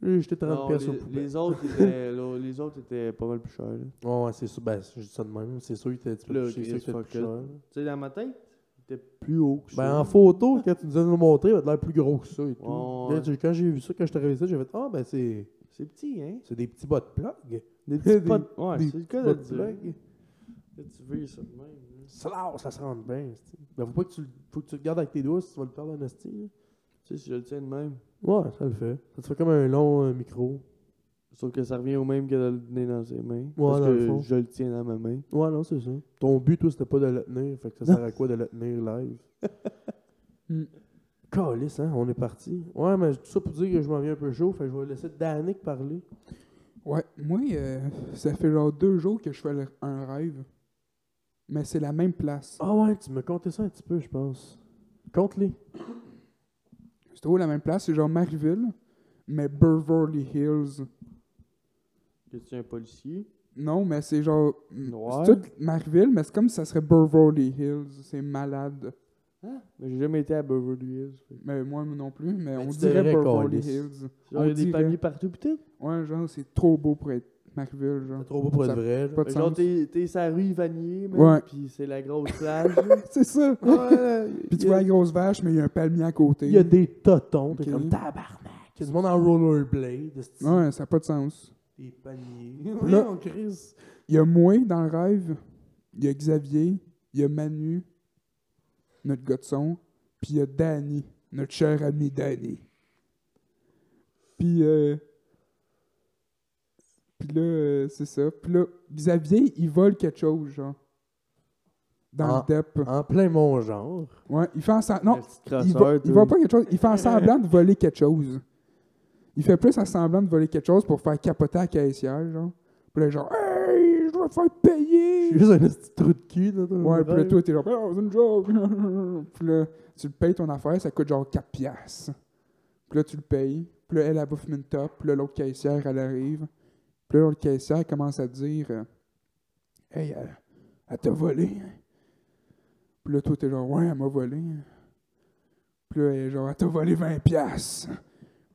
[SPEAKER 1] j'ai jeté 30
[SPEAKER 3] Non,
[SPEAKER 1] pièces au
[SPEAKER 3] les-
[SPEAKER 1] poubelle.
[SPEAKER 3] les, autres étaient, là, les autres étaient pas mal plus chers. là.
[SPEAKER 1] Ouais, ouais, c'est sûr. Ben, je dis ça de même. C'est sûr, il était- tu
[SPEAKER 3] Là,
[SPEAKER 1] peux toucher
[SPEAKER 3] Chris,
[SPEAKER 1] ça que c'était
[SPEAKER 3] fuck
[SPEAKER 1] plus
[SPEAKER 3] it.
[SPEAKER 1] cher.
[SPEAKER 3] Tu sais, dans ma tête, c'était plus haut que ça.
[SPEAKER 1] Ben, en photo, quand tu nous as montré, il avait l'air plus gros que ça et tout.
[SPEAKER 3] Ouais,
[SPEAKER 1] Là, tu- Quand j'ai vu ça, quand je suis arrivé ça, j'ai fait, ah, ben, c'est
[SPEAKER 3] C'est petit, hein?
[SPEAKER 1] c'est des petits bas de plug.
[SPEAKER 3] Des
[SPEAKER 1] Des-
[SPEAKER 3] petits potes. Ouais,
[SPEAKER 1] des
[SPEAKER 3] c'est le cas
[SPEAKER 1] petits
[SPEAKER 3] de
[SPEAKER 1] potes
[SPEAKER 3] dire.
[SPEAKER 1] plug.
[SPEAKER 3] Là, tu veux ça de même. là.
[SPEAKER 1] Slaw, ça se rentre bien. c'ti. Ben, faut pas que tu, le- faut que tu le gardes avec tes doigts si tu vas le perdre en esti. là.
[SPEAKER 3] Tu sais, si je le tiens de même.
[SPEAKER 1] Ouais, ça le fait. Ça te fait comme un long euh, micro.
[SPEAKER 3] Sauf que ça revient au même que de le tenir dans ses mains. parce
[SPEAKER 1] dans le fond.
[SPEAKER 3] que je le tiens dans ma main.
[SPEAKER 1] Ouais, non, c'est ça. Ton but, toi, c'était pas de le tenir. Fait que ça sert à quoi de le tenir live? Hmm.
[SPEAKER 2] Mm.
[SPEAKER 1] Calisse, hein? On est parti. Ouais, mais tout ça pour dire que je m'en viens un peu chaud. Fait que je vais laisser Danick parler.
[SPEAKER 2] Ouais, moi, euh, ça fait genre deux jours que je fais le- un rêve. Mais c'est la même place.
[SPEAKER 1] Ah ouais, tu me comptais ça un petit peu, je pense. Compte-les.
[SPEAKER 2] C'est toujours la même place, c'est genre Marieville, mais Beverly Hills.
[SPEAKER 3] Que tu es un policier.
[SPEAKER 2] Non, mais c'est genre.
[SPEAKER 3] Noir.
[SPEAKER 2] C'est tout Marieville, mais c'est comme si ça serait Beverly Hills. C'est malade.
[SPEAKER 3] Hein? Mais j'ai jamais été à Beverly Hills. fait que-
[SPEAKER 2] Mais moi non plus, mais, on
[SPEAKER 1] Ben, tu
[SPEAKER 2] dirait
[SPEAKER 1] devrais,
[SPEAKER 2] Beverly
[SPEAKER 1] câlisse.
[SPEAKER 2] Hills.
[SPEAKER 3] Genre,
[SPEAKER 2] On
[SPEAKER 3] il y a des
[SPEAKER 2] dirait.
[SPEAKER 3] palmiers partout, putain.
[SPEAKER 2] Ouais, genre, c'est trop beau pour être Marieville, genre.
[SPEAKER 1] C'est trop beau pour
[SPEAKER 2] Ça
[SPEAKER 1] être vrai. là.
[SPEAKER 2] Pas de
[SPEAKER 3] Genre,
[SPEAKER 2] sens.
[SPEAKER 3] t'es t'es sur la rue Ivanier, même.
[SPEAKER 2] Ouais.
[SPEAKER 3] Puis c'est la grosse plage. là.
[SPEAKER 2] C'est ça.
[SPEAKER 1] Ouais,
[SPEAKER 2] Puis
[SPEAKER 1] il y
[SPEAKER 2] tu
[SPEAKER 1] a-
[SPEAKER 2] vois la grosse vache, mais il y a un palmier à côté.
[SPEAKER 1] Il y a des totons. T'es
[SPEAKER 2] Ok.
[SPEAKER 1] comme tabarnak. Il y a du monde en rollerblade. esti.
[SPEAKER 2] Ouais, ça n'a pas de sens.
[SPEAKER 1] Des paniers.
[SPEAKER 2] Là-
[SPEAKER 1] Oui, on crise.
[SPEAKER 2] Il y a moi dans le rêve, il y a Xavier, il y a Manu, notre gars de son, puis il y a Danny, notre cher ami Danny. Puis, euh, puis là, euh, c'est ça. Puis là, Xavier, il vole quelque chose, genre. Dans
[SPEAKER 1] Ah.
[SPEAKER 2] le DEP.
[SPEAKER 1] En plein mon genre.
[SPEAKER 2] Ouais, il fait en semblant. Non,
[SPEAKER 3] Un petit
[SPEAKER 2] il,
[SPEAKER 3] crosseur,
[SPEAKER 2] va, il
[SPEAKER 3] toi.
[SPEAKER 2] va pas quelque chose. Il fait en semblant de voler quelque chose. Il fait plus en semblant de voler quelque chose pour faire capoter à la caissière, genre. Puis là, genre, hey, je vais te faire
[SPEAKER 1] C'est
[SPEAKER 2] payer.
[SPEAKER 1] juste un petit trou de cul. Là, dans
[SPEAKER 2] Ouais,
[SPEAKER 1] le
[SPEAKER 2] puis là,
[SPEAKER 1] rêve.
[SPEAKER 2] toi, t'es genre, oh, c'est une joke. puis là, tu le payes ton affaire, ça coûte genre 4 piastres. Puis là, tu le payes. Puis là, elle, elle va fumer une top. Puis là, l'autre caissière, elle arrive. Puis là, l'autre caissière, elle commence à dire, euh, hey, elle, elle t'a volé. Puis là, toi, t'es genre, ouais, elle m'a volé. Puis là, elle est genre, elle t'a volé 20 piastres.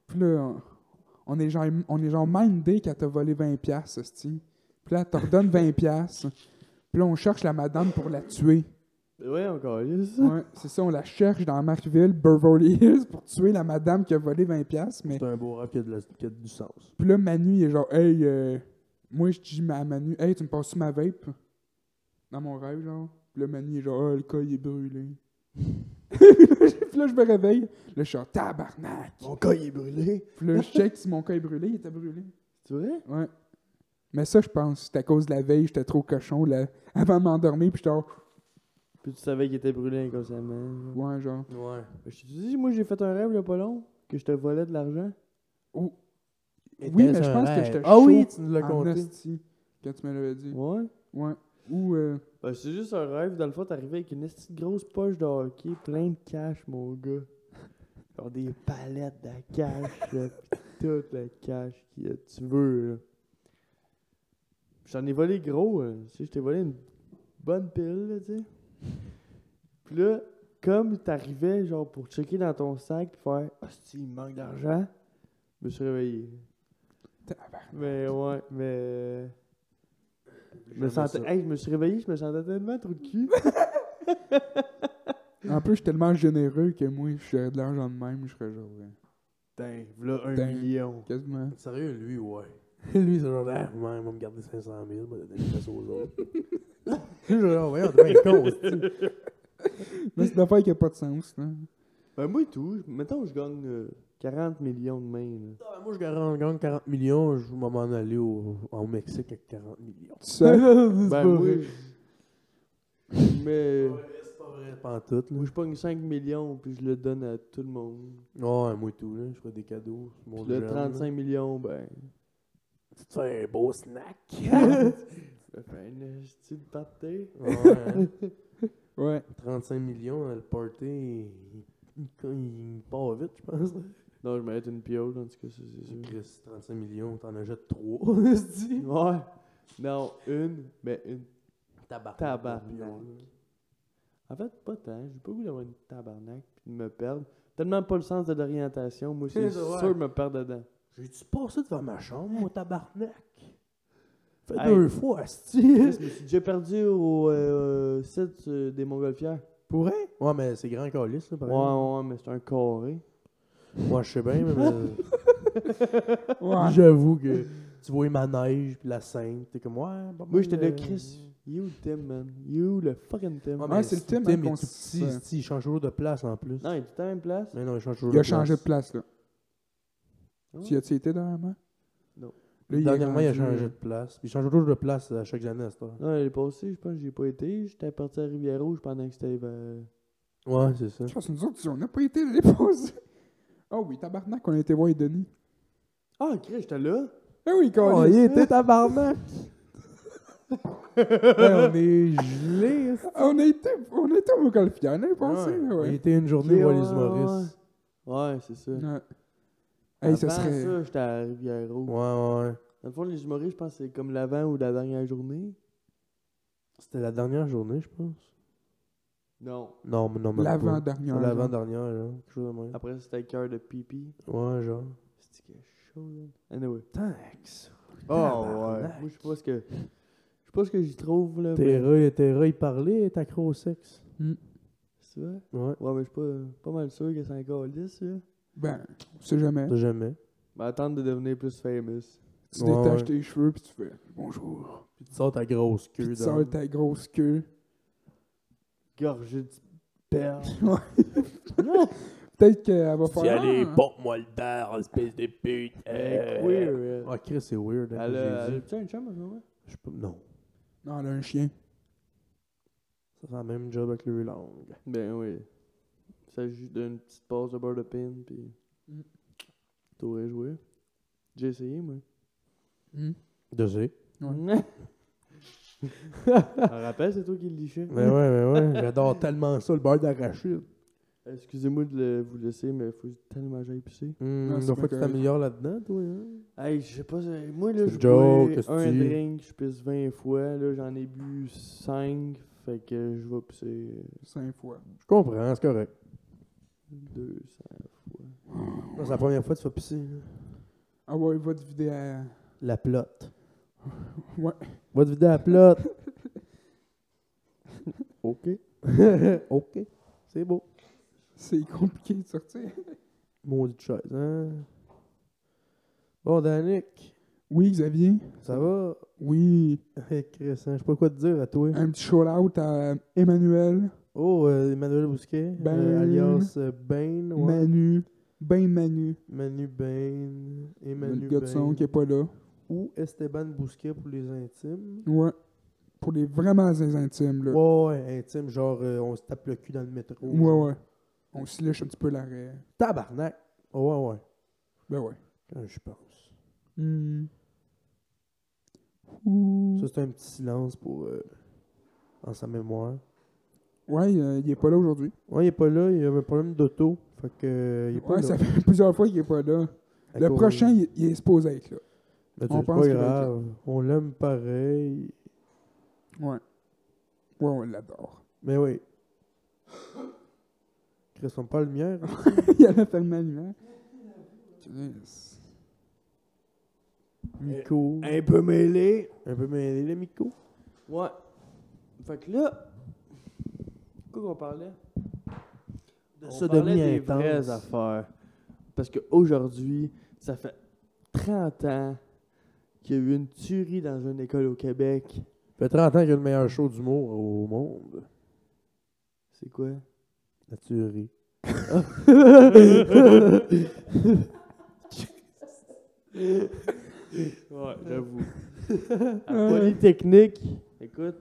[SPEAKER 2] Puis là, on- on est genre, on est genre mindé qu'elle t'a volé 20 piastres, hostie. Puis là, elle te redonne 20 piastres. Puis là, on cherche la madame pour la tuer.
[SPEAKER 3] Ouais, encore là, ça.
[SPEAKER 2] Ouais, c'est ça, on la cherche dans Markville, Beverly Hills, pour tuer la madame qui a volé 20 pièces mais...
[SPEAKER 1] C'est un beau rêve qui a, de la- qui a du sens.
[SPEAKER 2] Puis là, Manu, il est genre, « Hey, euh, moi, je dis à Manu, « Hey, tu me passes ma vape? » Dans mon rêve, genre. Puis là, Manu, il est genre, « Ah, le cas, il est brûlé. » Puis là, je me réveille. Là, je suis en tabarnak.
[SPEAKER 1] Mon cas, il est brûlé.
[SPEAKER 2] Puis là, je check si mon cas est brûlé. Il était brûlé.
[SPEAKER 3] C'est vrai?
[SPEAKER 2] Ouais. Mais ça, je pense, c'est à cause de la veille, j'étais trop cochon, là, avant de m'endormir, puis j'étais genre,
[SPEAKER 3] Puis tu savais qu'il était brûlé inconsciemment. genre.
[SPEAKER 2] ouais, genre,
[SPEAKER 1] Ouais.
[SPEAKER 3] Je te dis, moi j'ai fait un rêve il y a pas long, que je te volais de l'argent.
[SPEAKER 2] Oui, mais je pense que
[SPEAKER 1] rêve.
[SPEAKER 2] j'étais
[SPEAKER 1] Ah oui,
[SPEAKER 2] chaud
[SPEAKER 1] tu nous l'as
[SPEAKER 2] en
[SPEAKER 1] compté.
[SPEAKER 2] esti, quand tu me l'avais
[SPEAKER 1] Mm.
[SPEAKER 2] dit.
[SPEAKER 3] Ouais.
[SPEAKER 2] Ouais. Ou euh,
[SPEAKER 3] Ben, c'est juste un rêve, dans le fond, t'arrivais avec une petite grosse poche de hockey, plein de cash, mon gars. Genre des palettes de cash, là, pis tout le cash que tu veux, là. J'en ai volé gros, hein. tu sais, je t'ai volé une bonne pile, là, tu sais. Puis là, comme t'arrivais, genre, pour checker dans ton sac, pis faire « Ah, si, il me manque d'argent », je me suis réveillé.
[SPEAKER 2] tabarnak.
[SPEAKER 3] Mais ouais, mais. Je me,
[SPEAKER 1] Jamais
[SPEAKER 3] sentais...
[SPEAKER 1] ça.
[SPEAKER 3] hey, je me suis réveillé, je me sentais tellement trop de cul.
[SPEAKER 2] En plus, je suis tellement généreux que moi, je serais de l'argent de même, je serais genre euh,
[SPEAKER 3] Putain, voilà un
[SPEAKER 2] Putain.
[SPEAKER 3] million.
[SPEAKER 2] quasiment.
[SPEAKER 1] Sérieux, lui, ouais. lui, c'est genre, ah, ouais, il va me garder 500 000, il va donner une pièce aux autres. Je suis genre, voyons, t'es bien con. hostie.
[SPEAKER 2] Mais c'est une affaire qui n'a pas de sens, là.
[SPEAKER 3] Ben, moi et tout, je- mettons, je gagne euh, 40 millions de main.
[SPEAKER 1] Ah, Moi, je gagne gagne 40 millions, je vais m'en aller au, au
[SPEAKER 2] Ben,
[SPEAKER 1] Mexique avec 40 millions.
[SPEAKER 2] Tu sais,
[SPEAKER 3] Là. Ben, moi, Ben, je. Mais.
[SPEAKER 1] vrai, pas en tout. Là.
[SPEAKER 3] Moi, je pogne 5 millions, puis je le donne à tout le monde.
[SPEAKER 1] Ouais, moi et tout, là. Je fais des cadeaux. sur
[SPEAKER 3] Puis
[SPEAKER 1] Mon
[SPEAKER 3] le
[SPEAKER 1] jeune,
[SPEAKER 3] 35
[SPEAKER 1] là.
[SPEAKER 3] millions, ben.
[SPEAKER 1] Tu te fais un beau snack.
[SPEAKER 3] Ça fait une petite party.
[SPEAKER 1] Ouais.
[SPEAKER 2] Ouais.
[SPEAKER 1] 35 millions, hein, le party, il, il- il part vite, je pense.
[SPEAKER 3] Non, je vais mettre une pioche, en tout cas, ça, c'est sûr.
[SPEAKER 1] Chris, 35 millions, t'en achètes 3, se dit.
[SPEAKER 3] Ouais. Non, une, mais une.
[SPEAKER 1] Tabarnak.
[SPEAKER 3] Tabarnak. En fait, pas tant. J'ai pas voulu avoir une tabarnak puis de me perdre. Tellement pas le sens de l'orientation. Moi, c'est
[SPEAKER 1] Ouais.
[SPEAKER 3] sûr de me perdre dedans.
[SPEAKER 1] J'ai-tu passé devant ma chambre, mon tabarnak? Fait
[SPEAKER 3] Hey.
[SPEAKER 1] deux fois,
[SPEAKER 3] Chris,
[SPEAKER 1] esti.
[SPEAKER 3] je me suis déjà perdu au euh, site euh, des Montgolfières.
[SPEAKER 1] Pourrait? Ouais, mais c'est grand calice, là, par
[SPEAKER 3] Ouais,
[SPEAKER 1] exemple.
[SPEAKER 3] ouais, mais c'est un carré.
[SPEAKER 1] Moi, je sais bien, mais- mais
[SPEAKER 2] Ouais.
[SPEAKER 1] j'avoue que tu vois ma neige, puis la scène, t'es comme, ouais, bon,
[SPEAKER 3] Moi, j'étais
[SPEAKER 1] ben,
[SPEAKER 3] le
[SPEAKER 1] euh,
[SPEAKER 3] Chris. You, Tim, man. You, le fucking Tim.
[SPEAKER 1] Ouais,
[SPEAKER 2] Ouais,
[SPEAKER 1] mais
[SPEAKER 2] c'est le
[SPEAKER 1] si
[SPEAKER 2] thème
[SPEAKER 1] Tim
[SPEAKER 2] hein,
[SPEAKER 1] est
[SPEAKER 2] dans
[SPEAKER 1] tout
[SPEAKER 2] le
[SPEAKER 1] petit,
[SPEAKER 2] concept.
[SPEAKER 1] esti, il change toujours de place en plus.
[SPEAKER 3] Ah, Non, il est tout à la même place.
[SPEAKER 1] Mais non, il change toujours
[SPEAKER 2] Il a
[SPEAKER 1] de
[SPEAKER 2] changé de
[SPEAKER 1] place.
[SPEAKER 2] place, là.
[SPEAKER 3] Ah ouais?
[SPEAKER 2] Tu y as-tu été dernièrement?
[SPEAKER 3] Non.
[SPEAKER 2] Là, il est
[SPEAKER 1] Dernièrement, il a
[SPEAKER 2] rendu- euh,
[SPEAKER 1] changé de place. Puis Il change toujours de place à chaque année à cette heure.
[SPEAKER 3] Non, elle est passée, je pense que j'ai pas été. J'étais parti à Rivière-Rouge pendant que c'était. euh,
[SPEAKER 1] Ouais, c'est ça.
[SPEAKER 2] Je pense que nous autres, on n'a pas été les poser. Ah oui, tabarnak, on a été voir Denis.
[SPEAKER 3] Ah, Chris, j'étais là.
[SPEAKER 2] Ah oui, quand
[SPEAKER 1] Oh, il était tabarnak! Ben, on est gelé,
[SPEAKER 2] on a été, on a été au Golfier, on a pensé, là,
[SPEAKER 1] Il
[SPEAKER 2] hein, Ah ouais.
[SPEAKER 1] était une journée
[SPEAKER 3] Ok,
[SPEAKER 1] voir
[SPEAKER 3] ouais,
[SPEAKER 1] les humoristes.
[SPEAKER 3] Ouais, c'est ça.
[SPEAKER 2] Ouais. Hey, ça
[SPEAKER 3] Avant
[SPEAKER 2] serait.
[SPEAKER 3] ça, j'étais à Rivière-Rouge.
[SPEAKER 1] Ouais, ouais. ouais.
[SPEAKER 3] Dans le fond, les humoristes, je pense que c'est comme l'avant ou la dernière journée.
[SPEAKER 1] C'était la dernière journée, je pense.
[SPEAKER 3] Non.
[SPEAKER 1] Non, mais non, même pas.
[SPEAKER 2] L'avant-dernière.
[SPEAKER 1] L'avant-dernière, genre. Quelque chose de même.
[SPEAKER 3] Après, ça, c'était le cœur de pipi.
[SPEAKER 1] Ouais, genre.
[SPEAKER 3] C'était quelque chose. Anyway.
[SPEAKER 1] Tax.
[SPEAKER 3] Oh, Moi, je sais pas ce que. Je sais pas ce que j'y trouve, là. mais-
[SPEAKER 1] Terra, Terra, il parlait, t'as accro au sexe.
[SPEAKER 2] Hmm.
[SPEAKER 3] C'est vrai?
[SPEAKER 1] Ouais.
[SPEAKER 3] Ouais, mais je suis pas, pas mal sûr que c'est encore 10, là.
[SPEAKER 2] Ben, on sait jamais.
[SPEAKER 1] Jamais.
[SPEAKER 3] Mais attendre de devenir plus famous.
[SPEAKER 2] Tu
[SPEAKER 1] Ouais,
[SPEAKER 2] détaches
[SPEAKER 1] ouais.
[SPEAKER 2] tes cheveux, puis tu fais bonjour.
[SPEAKER 1] Puis tu sors ta grosse
[SPEAKER 2] Puis
[SPEAKER 1] queue
[SPEAKER 2] tu
[SPEAKER 1] dans.
[SPEAKER 2] sors ta grosse queue.
[SPEAKER 3] Gorgé de perles.
[SPEAKER 2] Peut-être qu'elle va faire.
[SPEAKER 1] Si allez,
[SPEAKER 2] Ah,
[SPEAKER 1] pompe-moi le dard, espèce de pute.
[SPEAKER 3] Elle est
[SPEAKER 1] weird.
[SPEAKER 3] ben, queer.
[SPEAKER 1] Ah, Chris, c'est weird. hein,
[SPEAKER 3] Elle a.
[SPEAKER 1] j'ai
[SPEAKER 3] Elle
[SPEAKER 1] dit.
[SPEAKER 3] a tu un chum, en ce moment?
[SPEAKER 1] Je sais pas- Non.
[SPEAKER 2] Non, elle a un chien.
[SPEAKER 1] Ça fait la même job avec le langue.
[SPEAKER 3] Ben oui. Il s'agit d'une petite passe de beurre de pin, puis.
[SPEAKER 2] Mm.
[SPEAKER 3] T'aurais joué. J'ai essayé, moi.
[SPEAKER 1] Hmm. De sais.
[SPEAKER 3] Ouais. En rappel, c'est toi qui le lichais.
[SPEAKER 1] Mais ouais, mais ouais. J'adore tellement ça, le beurre d'arachide.
[SPEAKER 3] Excusez-moi de le- vous laisser, mais faut tellement que j'aille pisser.
[SPEAKER 1] Hum,
[SPEAKER 2] Non,
[SPEAKER 1] une
[SPEAKER 2] c'est
[SPEAKER 1] fois que tu
[SPEAKER 2] correct.
[SPEAKER 1] t'améliores là-dedans, toi. Hein?
[SPEAKER 3] Hey, je sais pas, c'est- moi là,
[SPEAKER 1] C'est
[SPEAKER 3] je
[SPEAKER 1] joke, qu'est-ce
[SPEAKER 3] bois
[SPEAKER 1] que
[SPEAKER 3] un
[SPEAKER 1] tu dis?
[SPEAKER 3] drink, je pisse 20 fois, là j'en ai bu 5, fait que je vais pisser euh,
[SPEAKER 2] Cinq fois.
[SPEAKER 1] Je comprends, c'est correct.
[SPEAKER 3] 200 fois.
[SPEAKER 1] Non, C'est la première fois que tu vas pisser. là.
[SPEAKER 2] Ah ouais, va te vider à.
[SPEAKER 1] La plotte.
[SPEAKER 2] Ouais.
[SPEAKER 1] Va te vider la plotte.
[SPEAKER 3] Ok.
[SPEAKER 1] ok. C'est beau.
[SPEAKER 2] C'est compliqué de sortir.
[SPEAKER 1] Maudite chaise, hein. Bon, Danick,
[SPEAKER 2] Oui, Xavier.
[SPEAKER 1] ça va?
[SPEAKER 2] Oui.
[SPEAKER 1] Hey, Chris, hein, je sais pas quoi te dire à toi.
[SPEAKER 2] Un petit shout-out à Emmanuel,
[SPEAKER 1] Oh, euh, Emmanuel Bousquet, euh,
[SPEAKER 2] Ben.
[SPEAKER 1] alias euh, Bain, ouais.
[SPEAKER 2] Manu, Ben Manu,
[SPEAKER 1] Manu Bain,
[SPEAKER 2] le
[SPEAKER 1] Emmanuel
[SPEAKER 2] gars de son
[SPEAKER 1] Bain,
[SPEAKER 2] qui est pas là.
[SPEAKER 1] ou Esteban Bousquet pour les intimes.
[SPEAKER 2] Ouais. Pour les vraiment les intimes, là.
[SPEAKER 1] Ouais,
[SPEAKER 2] Ouais,
[SPEAKER 1] ouais, intime, genre euh, on se tape le cul dans le métro.
[SPEAKER 2] ouais. On se lèche un petit peu l'arrêt.
[SPEAKER 1] Tabarnak! Ah Ouais, ouais,
[SPEAKER 2] Ben ouais.
[SPEAKER 1] quand je pense.
[SPEAKER 2] Hmm. Ouh.
[SPEAKER 1] Ça, c'est un petit silence pour. euh, en sa mémoire.
[SPEAKER 2] Ouais, euh, il est pas là aujourd'hui.
[SPEAKER 1] Ouais, il est pas là, il a un problème d'auto. Fait que. euh, il est pas
[SPEAKER 2] Ouais,
[SPEAKER 1] là. euh,
[SPEAKER 2] ça fait plusieurs fois qu'il est pas là.
[SPEAKER 1] À
[SPEAKER 2] le
[SPEAKER 1] cause-
[SPEAKER 2] prochain, il, il est supposé être là.
[SPEAKER 1] Mais tu-
[SPEAKER 2] on
[SPEAKER 1] c'est
[SPEAKER 2] pense
[SPEAKER 1] pas
[SPEAKER 2] qu'il va
[SPEAKER 1] grave. On l'aime pareil.
[SPEAKER 2] Ouais. Ouais, on l'adore.
[SPEAKER 1] Mais oui. Chris, on pas la lumière. hein?
[SPEAKER 2] il allait faire ma lumière. Yes.
[SPEAKER 1] Miko.
[SPEAKER 3] Un peu mêlé.
[SPEAKER 1] Un peu mêlé, le Miko.
[SPEAKER 3] Ouais. Fait que là, quoi qu'on parlait?
[SPEAKER 1] De
[SPEAKER 3] On
[SPEAKER 1] sodomie
[SPEAKER 3] parlait des
[SPEAKER 1] intense.
[SPEAKER 3] vraies affaires. Parce qu'aujourd'hui, ça fait 30 ans qu'il y a eu une tuerie dans une école au Québec.
[SPEAKER 1] Ça fait 30 ans qu'il y a le meilleur show d'humour au monde.
[SPEAKER 3] C'est quoi?
[SPEAKER 1] La tuerie.
[SPEAKER 3] Ouais, j'avoue. À Polytechnique, écoute,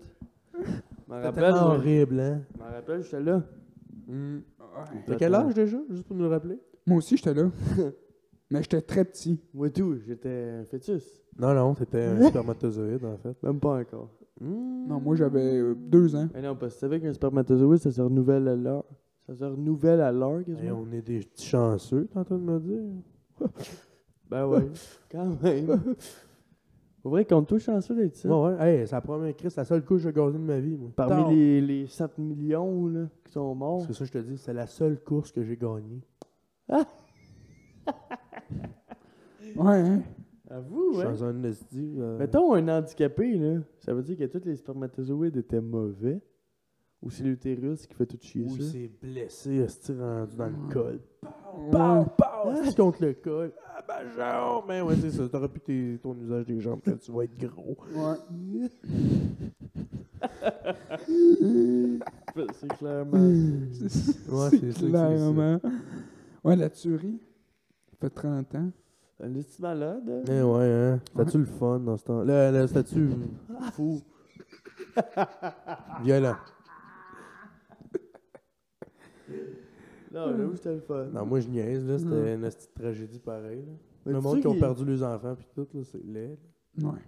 [SPEAKER 3] M'en
[SPEAKER 1] C'est
[SPEAKER 3] rappelle,
[SPEAKER 1] tellement
[SPEAKER 3] moi.
[SPEAKER 1] horrible, hein?
[SPEAKER 3] M'en rappelle, j'étais là.
[SPEAKER 2] Hmm, ouais.
[SPEAKER 1] T'as quel âge déjà? Juste pour nous le rappeler?
[SPEAKER 2] Moi aussi, j'étais là. Mais j'étais très petit.
[SPEAKER 3] Moi tout, j'étais un fœtus.
[SPEAKER 1] Non, non, c'était un spermatozoïde, en fait.
[SPEAKER 3] Même pas encore.
[SPEAKER 2] Non,
[SPEAKER 1] Hmm.
[SPEAKER 2] moi, j'avais euh, deux ans.
[SPEAKER 3] Mais non, parce que tu savais qu'un spermatozoïde, ça se renouvelle à l'heure. Ça se renouvelle à l'heure,
[SPEAKER 1] Hey,
[SPEAKER 3] quasiment.
[SPEAKER 1] on est des petits chanceux, t'es en train de me dire?
[SPEAKER 3] Ben ouais, quand même. Au vrai, compte-toi chanceux d'être ça.
[SPEAKER 1] Ouais, ouais. Hey, c'est la première crise, c'est la seule couche que j'ai gazée de ma vie, moi. Tant.
[SPEAKER 3] Parmi les, les 7 millions là, qui sont morts.
[SPEAKER 2] Oh.
[SPEAKER 1] Parce que ça, je te dis, c'est la seule course que j'ai gagnée.
[SPEAKER 2] Ouais, hein?
[SPEAKER 3] À vous,
[SPEAKER 1] Je suis
[SPEAKER 3] ouais.
[SPEAKER 1] dans un esti, euh,
[SPEAKER 3] hein? Mettons un handicapé, là. Ça veut dire que tous les spermatozoïdes étaient mauvais. Ou c'est l'utérus qui fait tout chier
[SPEAKER 1] où il
[SPEAKER 3] ça.
[SPEAKER 1] s'est blessé, esti, rendu dans le col.
[SPEAKER 2] Ouais.
[SPEAKER 1] Pow, pow, esti, contre le col. Ah, ma jambe! Mais ouais, c'est ça, t'auras plus tes- ton usage des jambes, là, tu vas être gros.
[SPEAKER 2] Ouais.
[SPEAKER 3] C'est
[SPEAKER 1] Hmm.
[SPEAKER 3] clairement.
[SPEAKER 2] C'est
[SPEAKER 1] Ouais,
[SPEAKER 2] c'est
[SPEAKER 1] c'est ça que c'est,
[SPEAKER 2] clairement. Ouais, la tuerie. Ça fait 30 ans.
[SPEAKER 3] un petit malade. hein?
[SPEAKER 1] Mais ouais, hein. C'était-tu le fun dans ce temps? Là, là c'était-tu fou? Violent.
[SPEAKER 3] Non, là où c'était le fun.
[SPEAKER 1] Non, moi, je niaise, là. C'était une petite tragédie pareille, là.
[SPEAKER 3] Hmm. Mais
[SPEAKER 1] le
[SPEAKER 3] tu
[SPEAKER 1] monde
[SPEAKER 3] sais
[SPEAKER 1] qui ont
[SPEAKER 3] qu'il-
[SPEAKER 1] perdu les enfants, puis tout, là, c'est laid. là.
[SPEAKER 2] Ouais.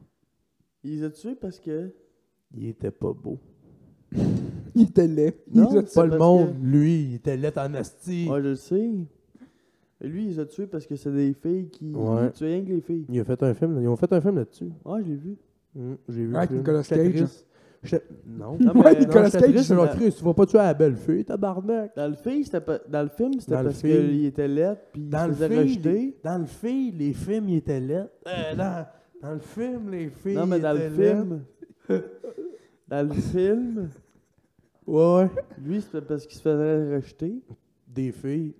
[SPEAKER 3] Il les a tués parce que.
[SPEAKER 1] Il était pas beau.
[SPEAKER 2] Il était laid. Il
[SPEAKER 3] Non,
[SPEAKER 2] les a
[SPEAKER 3] c'est
[SPEAKER 2] tués.
[SPEAKER 1] Pas le
[SPEAKER 3] parce
[SPEAKER 1] monde, lui, il était laid en asti.
[SPEAKER 3] Ouais, je le sais. Et lui, il les a tués parce que c'est des filles qui.
[SPEAKER 1] Ouais.
[SPEAKER 3] Il tuait rien que les filles.
[SPEAKER 1] Il a fait un film, là. ils ont fait un film là-dessus.
[SPEAKER 3] Ah, je l'ai vu.
[SPEAKER 1] Mm, J'ai vu. le
[SPEAKER 2] Avec
[SPEAKER 1] film.
[SPEAKER 2] Nicolas
[SPEAKER 1] J'étais
[SPEAKER 2] Cage.
[SPEAKER 1] triste. J'étais- Non.
[SPEAKER 3] Non,
[SPEAKER 1] non
[SPEAKER 3] mais- Ouais,
[SPEAKER 1] j'étais
[SPEAKER 2] Nicolas Cage,
[SPEAKER 1] triste, genre,
[SPEAKER 3] c'est-
[SPEAKER 1] Chris, tu vas pas tuer la belle fille, tabarnak.
[SPEAKER 3] Dans le, film, c'était pas- dans le film, c'était
[SPEAKER 1] Dans le
[SPEAKER 3] parce
[SPEAKER 1] film.
[SPEAKER 3] qu'il était laid puis il
[SPEAKER 1] Dans
[SPEAKER 3] se
[SPEAKER 1] le,
[SPEAKER 3] faisait
[SPEAKER 1] film,
[SPEAKER 3] rejeter.
[SPEAKER 1] les, dans le film, les films, ils étaient laids. Euh, dans, dans le film, les filles.
[SPEAKER 3] Non, mais dans le
[SPEAKER 1] étaient laides.
[SPEAKER 3] film. dans le film,
[SPEAKER 1] Ouais, ouais.
[SPEAKER 3] lui, c'était parce qu'il se faisait rejeter.
[SPEAKER 1] Des filles.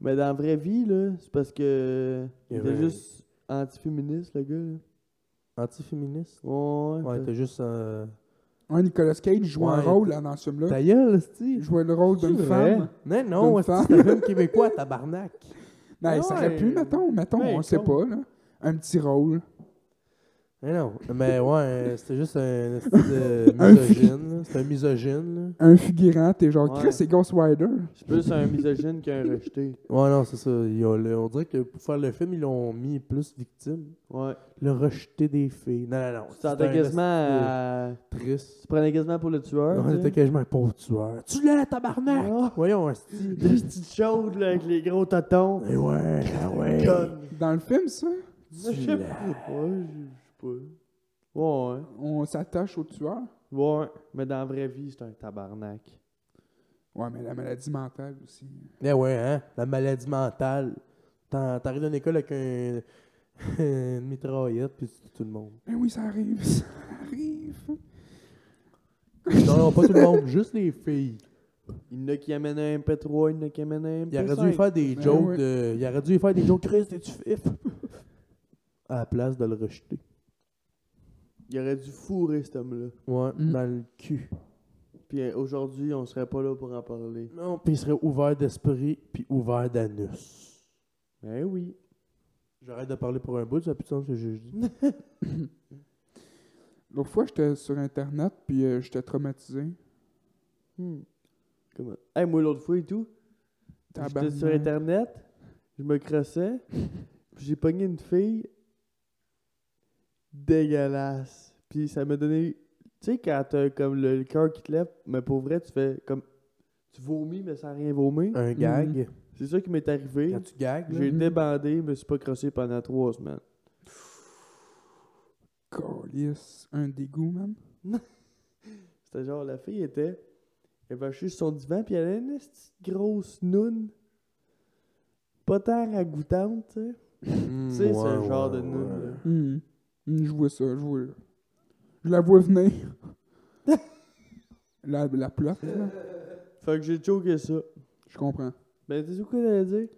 [SPEAKER 3] Mais dans la vraie vie, là, c'est parce que.
[SPEAKER 1] Il
[SPEAKER 3] Il
[SPEAKER 1] y avait-
[SPEAKER 3] était juste anti-féministe, le gars. Là.
[SPEAKER 1] Antiféministes.
[SPEAKER 3] Ouais,
[SPEAKER 1] Ouais,
[SPEAKER 3] t'as- Hein?
[SPEAKER 1] t'es juste. Euh...
[SPEAKER 2] Ouais, Nicolas Cage joue un
[SPEAKER 1] Ouais,
[SPEAKER 2] rôle là, dans ce film-là.
[SPEAKER 1] Ta gueule,
[SPEAKER 2] Il
[SPEAKER 1] Steve.
[SPEAKER 2] jouait le rôle d'une femme.
[SPEAKER 1] Non, non,
[SPEAKER 2] D'une
[SPEAKER 1] esti, c'est un film québécois, tabarnak.
[SPEAKER 2] Ben, ça aurait pu,
[SPEAKER 3] Ouais.
[SPEAKER 2] mettons, mettons,
[SPEAKER 3] Ouais,
[SPEAKER 2] on sait
[SPEAKER 3] con.
[SPEAKER 2] pas, là. Un petit rôle.
[SPEAKER 1] Mais non, mais ouais, euh, c'était juste un esti de
[SPEAKER 2] Un
[SPEAKER 1] misogyne. là. C'était un misogyne.
[SPEAKER 2] Un figurant, t'es genre,
[SPEAKER 3] Ouais.
[SPEAKER 2] Chris, c'est Ghost Rider.
[SPEAKER 3] C'est plus un misogyne qu'un rejeté.
[SPEAKER 1] là. Ouais, non, c'est ça. Ils ont le- on dirait que pour faire le film, ils l'ont mis plus victime.
[SPEAKER 3] Ouais.
[SPEAKER 1] Le rejeter des filles. Non, non, non.
[SPEAKER 3] Tu
[SPEAKER 1] c'était
[SPEAKER 3] t'entends
[SPEAKER 1] un
[SPEAKER 3] quasiment
[SPEAKER 1] esti de
[SPEAKER 3] à-
[SPEAKER 1] Triste.
[SPEAKER 3] Tu prenais quasiment pour le tueur.
[SPEAKER 1] On
[SPEAKER 3] tu sais.
[SPEAKER 1] était quasiment un pauvre tueur. Tu l'as, tabarnak!
[SPEAKER 3] Ah,
[SPEAKER 1] Voyons, esti.
[SPEAKER 3] des petites chaudes, là, avec les gros totons.
[SPEAKER 1] Eh ouais, ah ouais.
[SPEAKER 3] Conne.
[SPEAKER 2] Dans le film, ça,
[SPEAKER 3] Je sais pas. Ouais, je je sais pas. Ouais,
[SPEAKER 2] on s'attache au tueur.
[SPEAKER 3] ouais. Ouais. Mais dans la vraie vie, c'est un tabarnak.
[SPEAKER 2] Ouais, mais la maladie mentale aussi.
[SPEAKER 1] Eh ouais, hein? La maladie mentale. T'en- T'arrives dans l'école avec un... une mitraillette, puis tu tues tout le monde.
[SPEAKER 2] Ben oui, ça arrive, ça arrive.
[SPEAKER 1] Non, non, pas tout le monde, juste les filles.
[SPEAKER 3] Il y en a qui amènent un MP3, il y en a qui amènent un MP5.
[SPEAKER 1] Il aurait dû y faire des
[SPEAKER 2] Ben
[SPEAKER 1] jokes
[SPEAKER 2] ouais.
[SPEAKER 1] de... Il aurait dû y faire des jokes Chris, t'es-tu fif? À la place de le rejeter.
[SPEAKER 3] Il aurait dû fourrer cet homme-là.
[SPEAKER 1] Ouais,
[SPEAKER 2] Mm.
[SPEAKER 1] dans le cul.
[SPEAKER 3] Puis euh, aujourd'hui, on serait pas là pour en parler.
[SPEAKER 1] Non, puis il serait ouvert d'esprit, puis ouvert d'anus. Eh
[SPEAKER 3] Ben oui.
[SPEAKER 1] J'arrête de parler pour un bout, ça a plus de sens ce que je dis.
[SPEAKER 2] L'autre fois, j'étais sur Internet, puis euh, j'étais traumatisé.
[SPEAKER 3] Hmm. Comment? Hey, moi, l'autre fois et tout, j'étais
[SPEAKER 2] Tabarnak.
[SPEAKER 3] sur Internet, je me crossais, puis j'ai pogné une fille dégueulasse. Puis ça m'a donné... Tu sais, quand t'as comme le, le cœur qui te lève, mais pour vrai, tu fais comme... Tu vomis, mais sans rien vomir.
[SPEAKER 1] Un gag.
[SPEAKER 3] C'est ça qui m'est arrivé.
[SPEAKER 1] Quand tu gags, là,
[SPEAKER 3] J'ai débandé, je me suis pas crossé pendant trois semaines.
[SPEAKER 2] Calisse, un dégoût, man.
[SPEAKER 3] C'était genre, la fille était. Elle va sur son divan, puis elle avait une petite grosse noune. Pas tant ragoûtante, tu sais.
[SPEAKER 1] Mm,
[SPEAKER 3] Tu sais, c'est un
[SPEAKER 1] ouais,
[SPEAKER 3] genre de
[SPEAKER 1] ouais,
[SPEAKER 3] noune.
[SPEAKER 1] ouais.
[SPEAKER 3] là.
[SPEAKER 2] Hum. Hum, Je vois ça, je vois. Je la vois venir. la, la plotte, là.
[SPEAKER 3] Fait que j'ai choqué ça.
[SPEAKER 2] Je comprends.
[SPEAKER 3] Ben, tu sais quoi t'allais dire?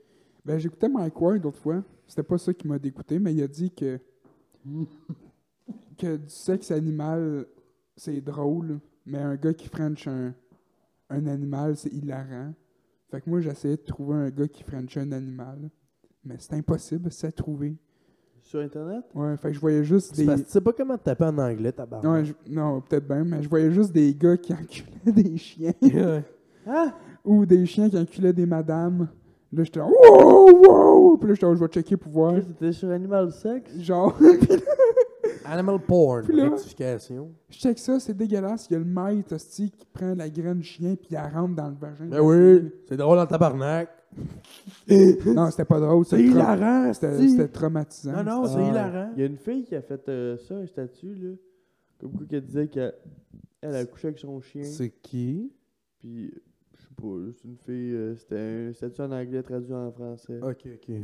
[SPEAKER 2] Ben, j'écoutais Mike Ward l'autre fois. C'était pas ça qui m'a dégoûté, mais il a dit que. que du sexe animal, c'est drôle, mais un gars qui French un, un animal, c'est hilarant. Fait que moi, j'essayais de trouver un gars qui French un animal. Mais c'est impossible, c'est à trouver.
[SPEAKER 3] Sur Internet?
[SPEAKER 2] Ouais, fait que je voyais juste
[SPEAKER 1] C'est
[SPEAKER 2] des.
[SPEAKER 1] parce que tu sais pas comment te taper en anglais, tabarnak.
[SPEAKER 2] Ouais, je- Non, peut-être bien, mais je voyais juste des gars qui enculaient des chiens.
[SPEAKER 1] Hein?
[SPEAKER 3] Ah!
[SPEAKER 2] ou des chiens qui enculaient des madames. Là, j'étais genre, wow, wow! Puis là, j'étais genre, je vais checker pour voir.
[SPEAKER 3] Chris, T'étais sur Animal Sex?
[SPEAKER 2] Genre, puis là,
[SPEAKER 1] Animal porn,
[SPEAKER 2] Puis là-
[SPEAKER 1] rectification.
[SPEAKER 2] je check ça, c'est dégueulasse. Il y a le maître, hostie, qui prend la graine du chien, puis il la rentre dans le vagin.
[SPEAKER 1] Ben oui, c'est drôle en tabarnak.
[SPEAKER 2] Non, c'était pas drôle.
[SPEAKER 1] C'est
[SPEAKER 2] C'était tra-
[SPEAKER 1] hilarant,
[SPEAKER 2] c'était-
[SPEAKER 1] c'est-
[SPEAKER 2] c'était traumatisant.
[SPEAKER 1] Non, non, c'est
[SPEAKER 3] Ah,
[SPEAKER 1] hilarant.
[SPEAKER 3] Il y a une fille qui a fait euh, ça, un statut, là. Comme quoi, qu'elle disait qu'elle elle a couché avec son chien.
[SPEAKER 1] C'est qui?
[SPEAKER 3] Puis, je sais pas, là, c'est une fille. euh, C'était un statut en anglais traduit en français.
[SPEAKER 1] Ok, ok.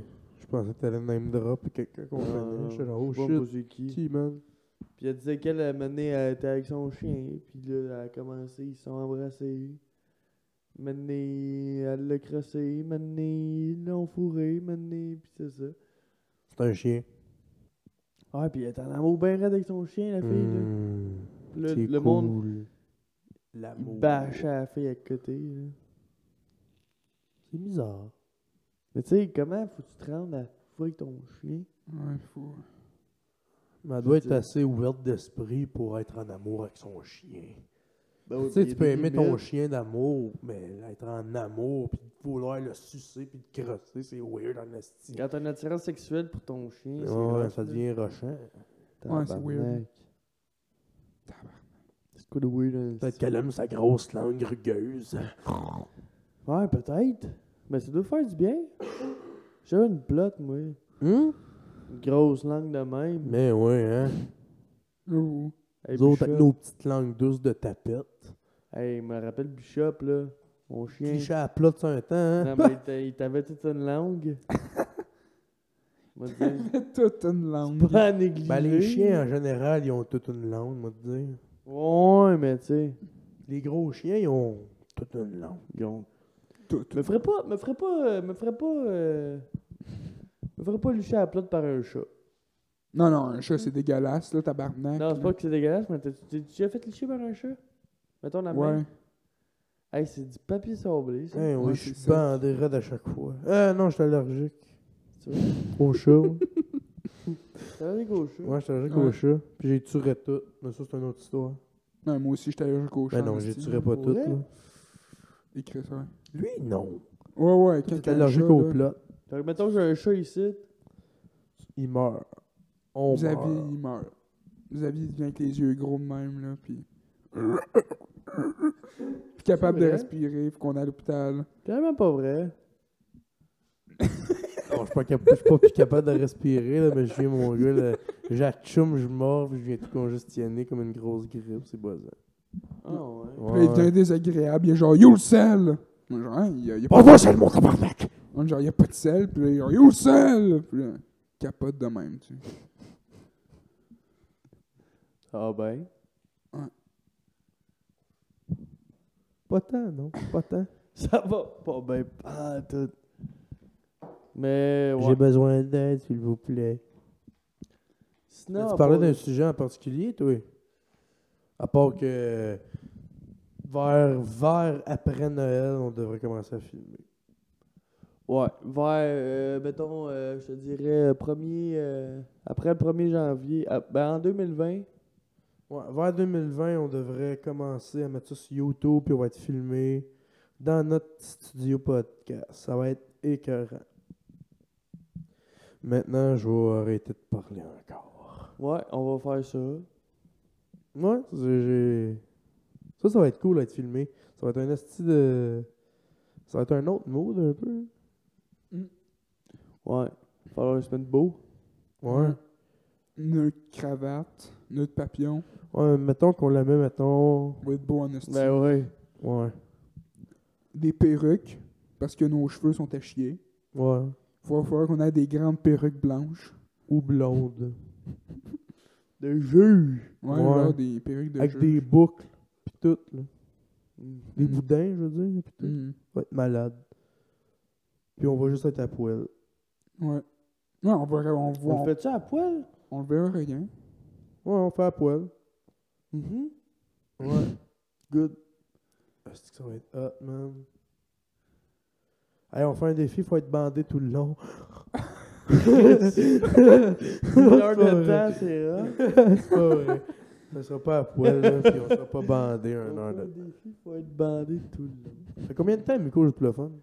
[SPEAKER 1] Je pensais que t'allais name drop quelqu'un qu'on
[SPEAKER 3] Non,
[SPEAKER 1] connaît. J'étais genre, oh
[SPEAKER 3] Je sais pas
[SPEAKER 1] shit,
[SPEAKER 3] c'est qui.
[SPEAKER 1] qui, man?
[SPEAKER 3] Puis elle disait qu'elle, à un moment donné, elle était avec son chien. Puis là, elle a commencé, ils se sont embrassés. Maintenant, elle l'a crossé. Maintenant, ils l'ont fourré. Maintenant, puis c'est ça.
[SPEAKER 1] C'est un chien.
[SPEAKER 3] Ah, puis elle est en amour bien raide avec son chien, la fille. là.
[SPEAKER 1] Hmm,
[SPEAKER 3] Puis là.
[SPEAKER 1] c'est
[SPEAKER 3] le
[SPEAKER 1] cool.
[SPEAKER 3] monde
[SPEAKER 1] L'amour.
[SPEAKER 3] bâche à la fille à côté. là.
[SPEAKER 1] C'est bizarre.
[SPEAKER 3] Mais tu sais, comment faut-tu te rendre à fourrer avec ton chien?
[SPEAKER 2] Ouais, faut-
[SPEAKER 1] Mais elle doit
[SPEAKER 3] Je
[SPEAKER 1] être
[SPEAKER 3] dis-
[SPEAKER 1] assez ouverte d'esprit pour être en amour avec son chien.
[SPEAKER 3] Ben,
[SPEAKER 1] tu sais,
[SPEAKER 3] il y a
[SPEAKER 1] tu peux
[SPEAKER 3] des
[SPEAKER 1] aimer ton
[SPEAKER 3] limites.
[SPEAKER 1] chien d'amour, mais être en amour, puis vouloir le sucer, puis le crosser, c'est weird en esti.
[SPEAKER 3] Quand t'as une attirance sexuelle pour ton chien, Ah, c'est
[SPEAKER 1] Ouais,
[SPEAKER 3] rough,
[SPEAKER 1] ça
[SPEAKER 3] là.
[SPEAKER 1] devient rochant.
[SPEAKER 2] Ouais, c'est weird.
[SPEAKER 3] Tabarnak.
[SPEAKER 2] Tabarnak.
[SPEAKER 3] C'est quoi de weird? hein,
[SPEAKER 1] Peut-être qu'elle aime sa grosse langue rugueuse.
[SPEAKER 3] Ouais, peut-être. Mais ça doit faire du bien. J'avais une plotte, moi.
[SPEAKER 1] Hum?
[SPEAKER 3] Une grosse langue de même.
[SPEAKER 1] Mais ouais, hein.
[SPEAKER 2] Oh,
[SPEAKER 3] Hey,
[SPEAKER 1] Nous autres, avec
[SPEAKER 3] Bishop.
[SPEAKER 1] nos petites langues douces de tapette.
[SPEAKER 3] Hey, il me rappelle Bishop, là. Mon chien.
[SPEAKER 1] Cliché à plat de un temps, hein.
[SPEAKER 3] Non, mais il t'a- il t'avait toute une langue. Il m'a dit,
[SPEAKER 2] toute une langue.
[SPEAKER 3] c'est pas à négliger.
[SPEAKER 1] Ben, les chiens, en général, ils ont toute une langue, moi, te dire.
[SPEAKER 3] Ouais, mais tu sais.
[SPEAKER 1] Les gros chiens, ils ont toute une langue.
[SPEAKER 3] Ils ont
[SPEAKER 2] Toute.
[SPEAKER 3] Me ferait pas, me ferait pas, euh, me ferait pas, euh, me ferait pas lucher à la plate par un chat.
[SPEAKER 2] Non, non, un chat, c'est dégueulasse, là, tabarnak.
[SPEAKER 3] Non, c'est
[SPEAKER 2] là.
[SPEAKER 3] pas que c'est dégueulasse, mais t'as-tu t'as-tu déjà fait licher par un chat? Mettons la main.
[SPEAKER 2] Ouais.
[SPEAKER 3] Hey, c'est du papier sablé, ça.
[SPEAKER 1] Hein, oui,
[SPEAKER 2] Ouais,
[SPEAKER 1] je
[SPEAKER 2] c'est
[SPEAKER 1] suis
[SPEAKER 2] ça.
[SPEAKER 1] bandé raide à chaque fois. Ah non, je suis allergique.
[SPEAKER 3] Tu vois?
[SPEAKER 1] Au chat, ouais.
[SPEAKER 3] T'as l'air au chat.
[SPEAKER 1] Ouais, je suis allergique
[SPEAKER 2] Ouais.
[SPEAKER 1] au chat. Puis j'ai tué tout. Mais ça, c'est une autre histoire.
[SPEAKER 2] Non, moi aussi, j'étais allergique au chat.
[SPEAKER 1] Ben non, j'ai tué pas
[SPEAKER 3] Pour
[SPEAKER 1] tout,
[SPEAKER 3] vrai?
[SPEAKER 1] là.
[SPEAKER 2] Écrit ça, ouais.
[SPEAKER 1] Lui, non.
[SPEAKER 2] Ouais, ouais.
[SPEAKER 1] Il
[SPEAKER 2] quand
[SPEAKER 1] est
[SPEAKER 2] t'as un
[SPEAKER 1] allergique
[SPEAKER 2] chat,
[SPEAKER 1] au
[SPEAKER 2] là,
[SPEAKER 1] plat.
[SPEAKER 3] Fait que mettons, j'ai un chat ici.
[SPEAKER 1] Il meurt. On
[SPEAKER 2] Xavier,
[SPEAKER 1] meurt.
[SPEAKER 2] il meurt. Xavier, il vient avec les yeux gros de même, là, puis... puis capable de
[SPEAKER 3] vrai?
[SPEAKER 2] respirer, puis qu'on est à l'hôpital.
[SPEAKER 3] C'est vraiment pas vrai.
[SPEAKER 1] Non, je suis pas, cap- je suis pas plus capable de respirer, là, mais je viens, mon gars, là, j'accoume, je mords, puis je viens tout congestionner comme une grosse grippe, c'est buzzant.
[SPEAKER 3] Ah ouais.
[SPEAKER 2] Puis là, il devient désagréable, il est genre « Yo, le sel! » Moi, genre, Hein, il y a, il y a pas...
[SPEAKER 1] Envoie ça, mon tabarnak!
[SPEAKER 2] On est genre, il y a pas de sel, puis là, il est genre « Yo, le sel! » Puis là, il capote de même, tu sais.
[SPEAKER 3] Ah ben.
[SPEAKER 1] Pas tant, non? Pas tant.
[SPEAKER 3] Ça va pas ben pas tout. Mais ouais.
[SPEAKER 1] J'ai besoin d'aide, s'il vous plaît.
[SPEAKER 3] Sinon,
[SPEAKER 1] tu parlais
[SPEAKER 3] pour-
[SPEAKER 1] d'un sujet en particulier, toi? À part que vers, vers après Noël, on devrait commencer à filmer.
[SPEAKER 3] Ouais, vers, euh, mettons, euh, je te dirais, euh, premier, euh, après le 1er janvier, ah, ben en 2020,
[SPEAKER 1] Ouais, vers 2020, on devrait commencer à mettre ça sur YouTube, puis on va être filmé dans notre studio podcast. Ça va être écœurant. Maintenant, je vais arrêter de parler encore.
[SPEAKER 3] ouais, on va faire ça.
[SPEAKER 1] Ouais, j'ai- j'ai- Ça, ça va être cool à être filmé. Ça va être un esti de... Ça va être un autre mode, un peu.
[SPEAKER 3] Ouais, falloir une semaine beau.
[SPEAKER 1] Ouais.
[SPEAKER 2] Mm. Une cravate, nœud de papillon,
[SPEAKER 1] Ouais, mettons qu'on la met, mettons...
[SPEAKER 2] on va être beau en hostie.
[SPEAKER 3] Ben ouais.
[SPEAKER 1] Ouais.
[SPEAKER 2] Des perruques, parce que nos cheveux sont à chier.
[SPEAKER 1] Ouais.
[SPEAKER 2] Faut falloir qu'on ait des grandes perruques blanches.
[SPEAKER 1] Ou blonde.
[SPEAKER 3] De jeu.
[SPEAKER 2] Ouais,
[SPEAKER 1] Ouais.
[SPEAKER 2] genre des perruques de
[SPEAKER 1] Avec
[SPEAKER 2] jeu.
[SPEAKER 1] des boucles, puis tout, là. Des
[SPEAKER 2] Mm.
[SPEAKER 1] boudins, je veux dire, puis tout.
[SPEAKER 2] Mhm.
[SPEAKER 1] va être malade. Puis on va juste être à poil.
[SPEAKER 2] Ouais. Ouais, on va, on va,
[SPEAKER 3] On le fait-tu à poil?
[SPEAKER 2] on verra rien.
[SPEAKER 1] Ouais, on fait à poil.
[SPEAKER 3] Mhm.
[SPEAKER 1] Ouais. Good. Est-ce que ça va être hot, man? Allez, on fait un défi, faut être bandé tout le long.
[SPEAKER 3] Une heure
[SPEAKER 1] pas
[SPEAKER 3] de
[SPEAKER 1] vrai.
[SPEAKER 3] temps, c'est rare.
[SPEAKER 1] C'est pas vrai. Ça sera pas à poil, là, puis on sera pas bandé un heure de
[SPEAKER 3] Au défi, faut être bandé tout le long.
[SPEAKER 1] Ça fait combien de temps, Miko, le téléphone?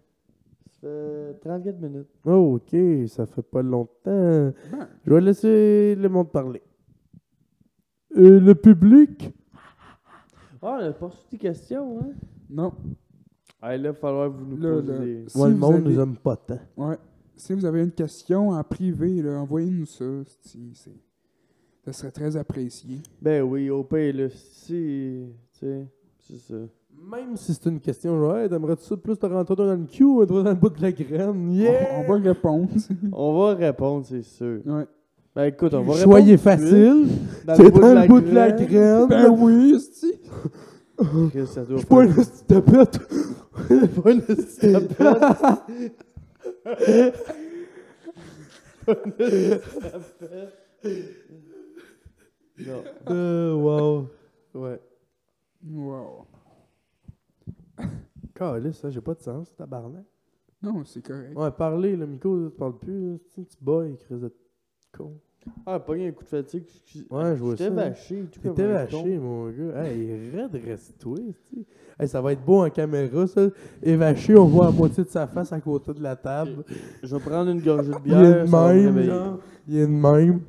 [SPEAKER 3] Ça fait 34 minutes.
[SPEAKER 1] Oh, ok, ça fait pas longtemps.
[SPEAKER 2] Ben,
[SPEAKER 1] Je vais laisser le monde parler. Euh, le public?
[SPEAKER 3] Ah, on a pas reçu des questions, hein?
[SPEAKER 2] non.
[SPEAKER 3] Ah, là, il va falloir que vous nous
[SPEAKER 2] Là, là,
[SPEAKER 3] posiez.
[SPEAKER 2] si
[SPEAKER 1] Moi, le
[SPEAKER 2] vous
[SPEAKER 1] monde
[SPEAKER 2] avez-
[SPEAKER 1] nous aime pas tant.
[SPEAKER 2] Ouais. Si vous avez une question en privé, là, envoyez-nous ça. si c'est- Ça serait très apprécié.
[SPEAKER 3] Ben oui, au pire, là, si. Tu sais, c'est ça.
[SPEAKER 1] Même si c'est une question, genre, hey, t'aimerais-tu ça plus te rentrer dans le cul ou être dans le bout de la graine?
[SPEAKER 2] On,
[SPEAKER 1] Yeah!
[SPEAKER 2] on va répondre.
[SPEAKER 3] On va répondre, c'est sûr.
[SPEAKER 2] ouais.
[SPEAKER 3] Ben écoute, on va répondre.
[SPEAKER 1] Soyez
[SPEAKER 3] tout de suite.
[SPEAKER 1] facile,
[SPEAKER 3] Dans
[SPEAKER 1] c'est dans le bout de la
[SPEAKER 3] graine.
[SPEAKER 1] graine.
[SPEAKER 2] Ben oui, si.
[SPEAKER 3] Chris, ça doit
[SPEAKER 1] Je suis pas
[SPEAKER 3] faire-
[SPEAKER 1] une petite tapette. Je suis pas une petite tapette.
[SPEAKER 3] Non.
[SPEAKER 1] Euh, wow. Ouais.
[SPEAKER 2] Wow.
[SPEAKER 1] Calisse, ça, hein, j'ai pas de sens, tabarnak.
[SPEAKER 2] Non, c'est correct.
[SPEAKER 1] Ouais, parler, le micro, là, tu parles plus. là. C'est un petit boy, crise de con.
[SPEAKER 3] Ah, pas eu un coup de fatigue. excuse-
[SPEAKER 1] Ouais, je vois
[SPEAKER 3] J'étais
[SPEAKER 1] ça.
[SPEAKER 3] vaché. tu
[SPEAKER 1] T'étais vaché, mon gars. Hey, redresse-toi, tu Hey, ça va être beau en caméra, ça. Et vaché, on voit la moitié de sa face à côté de la table.
[SPEAKER 3] Je vais prendre une gorgée de
[SPEAKER 1] Il est
[SPEAKER 3] bière.
[SPEAKER 1] de
[SPEAKER 3] ça va me
[SPEAKER 1] même,
[SPEAKER 3] réveiller.
[SPEAKER 1] genre. Il est de même.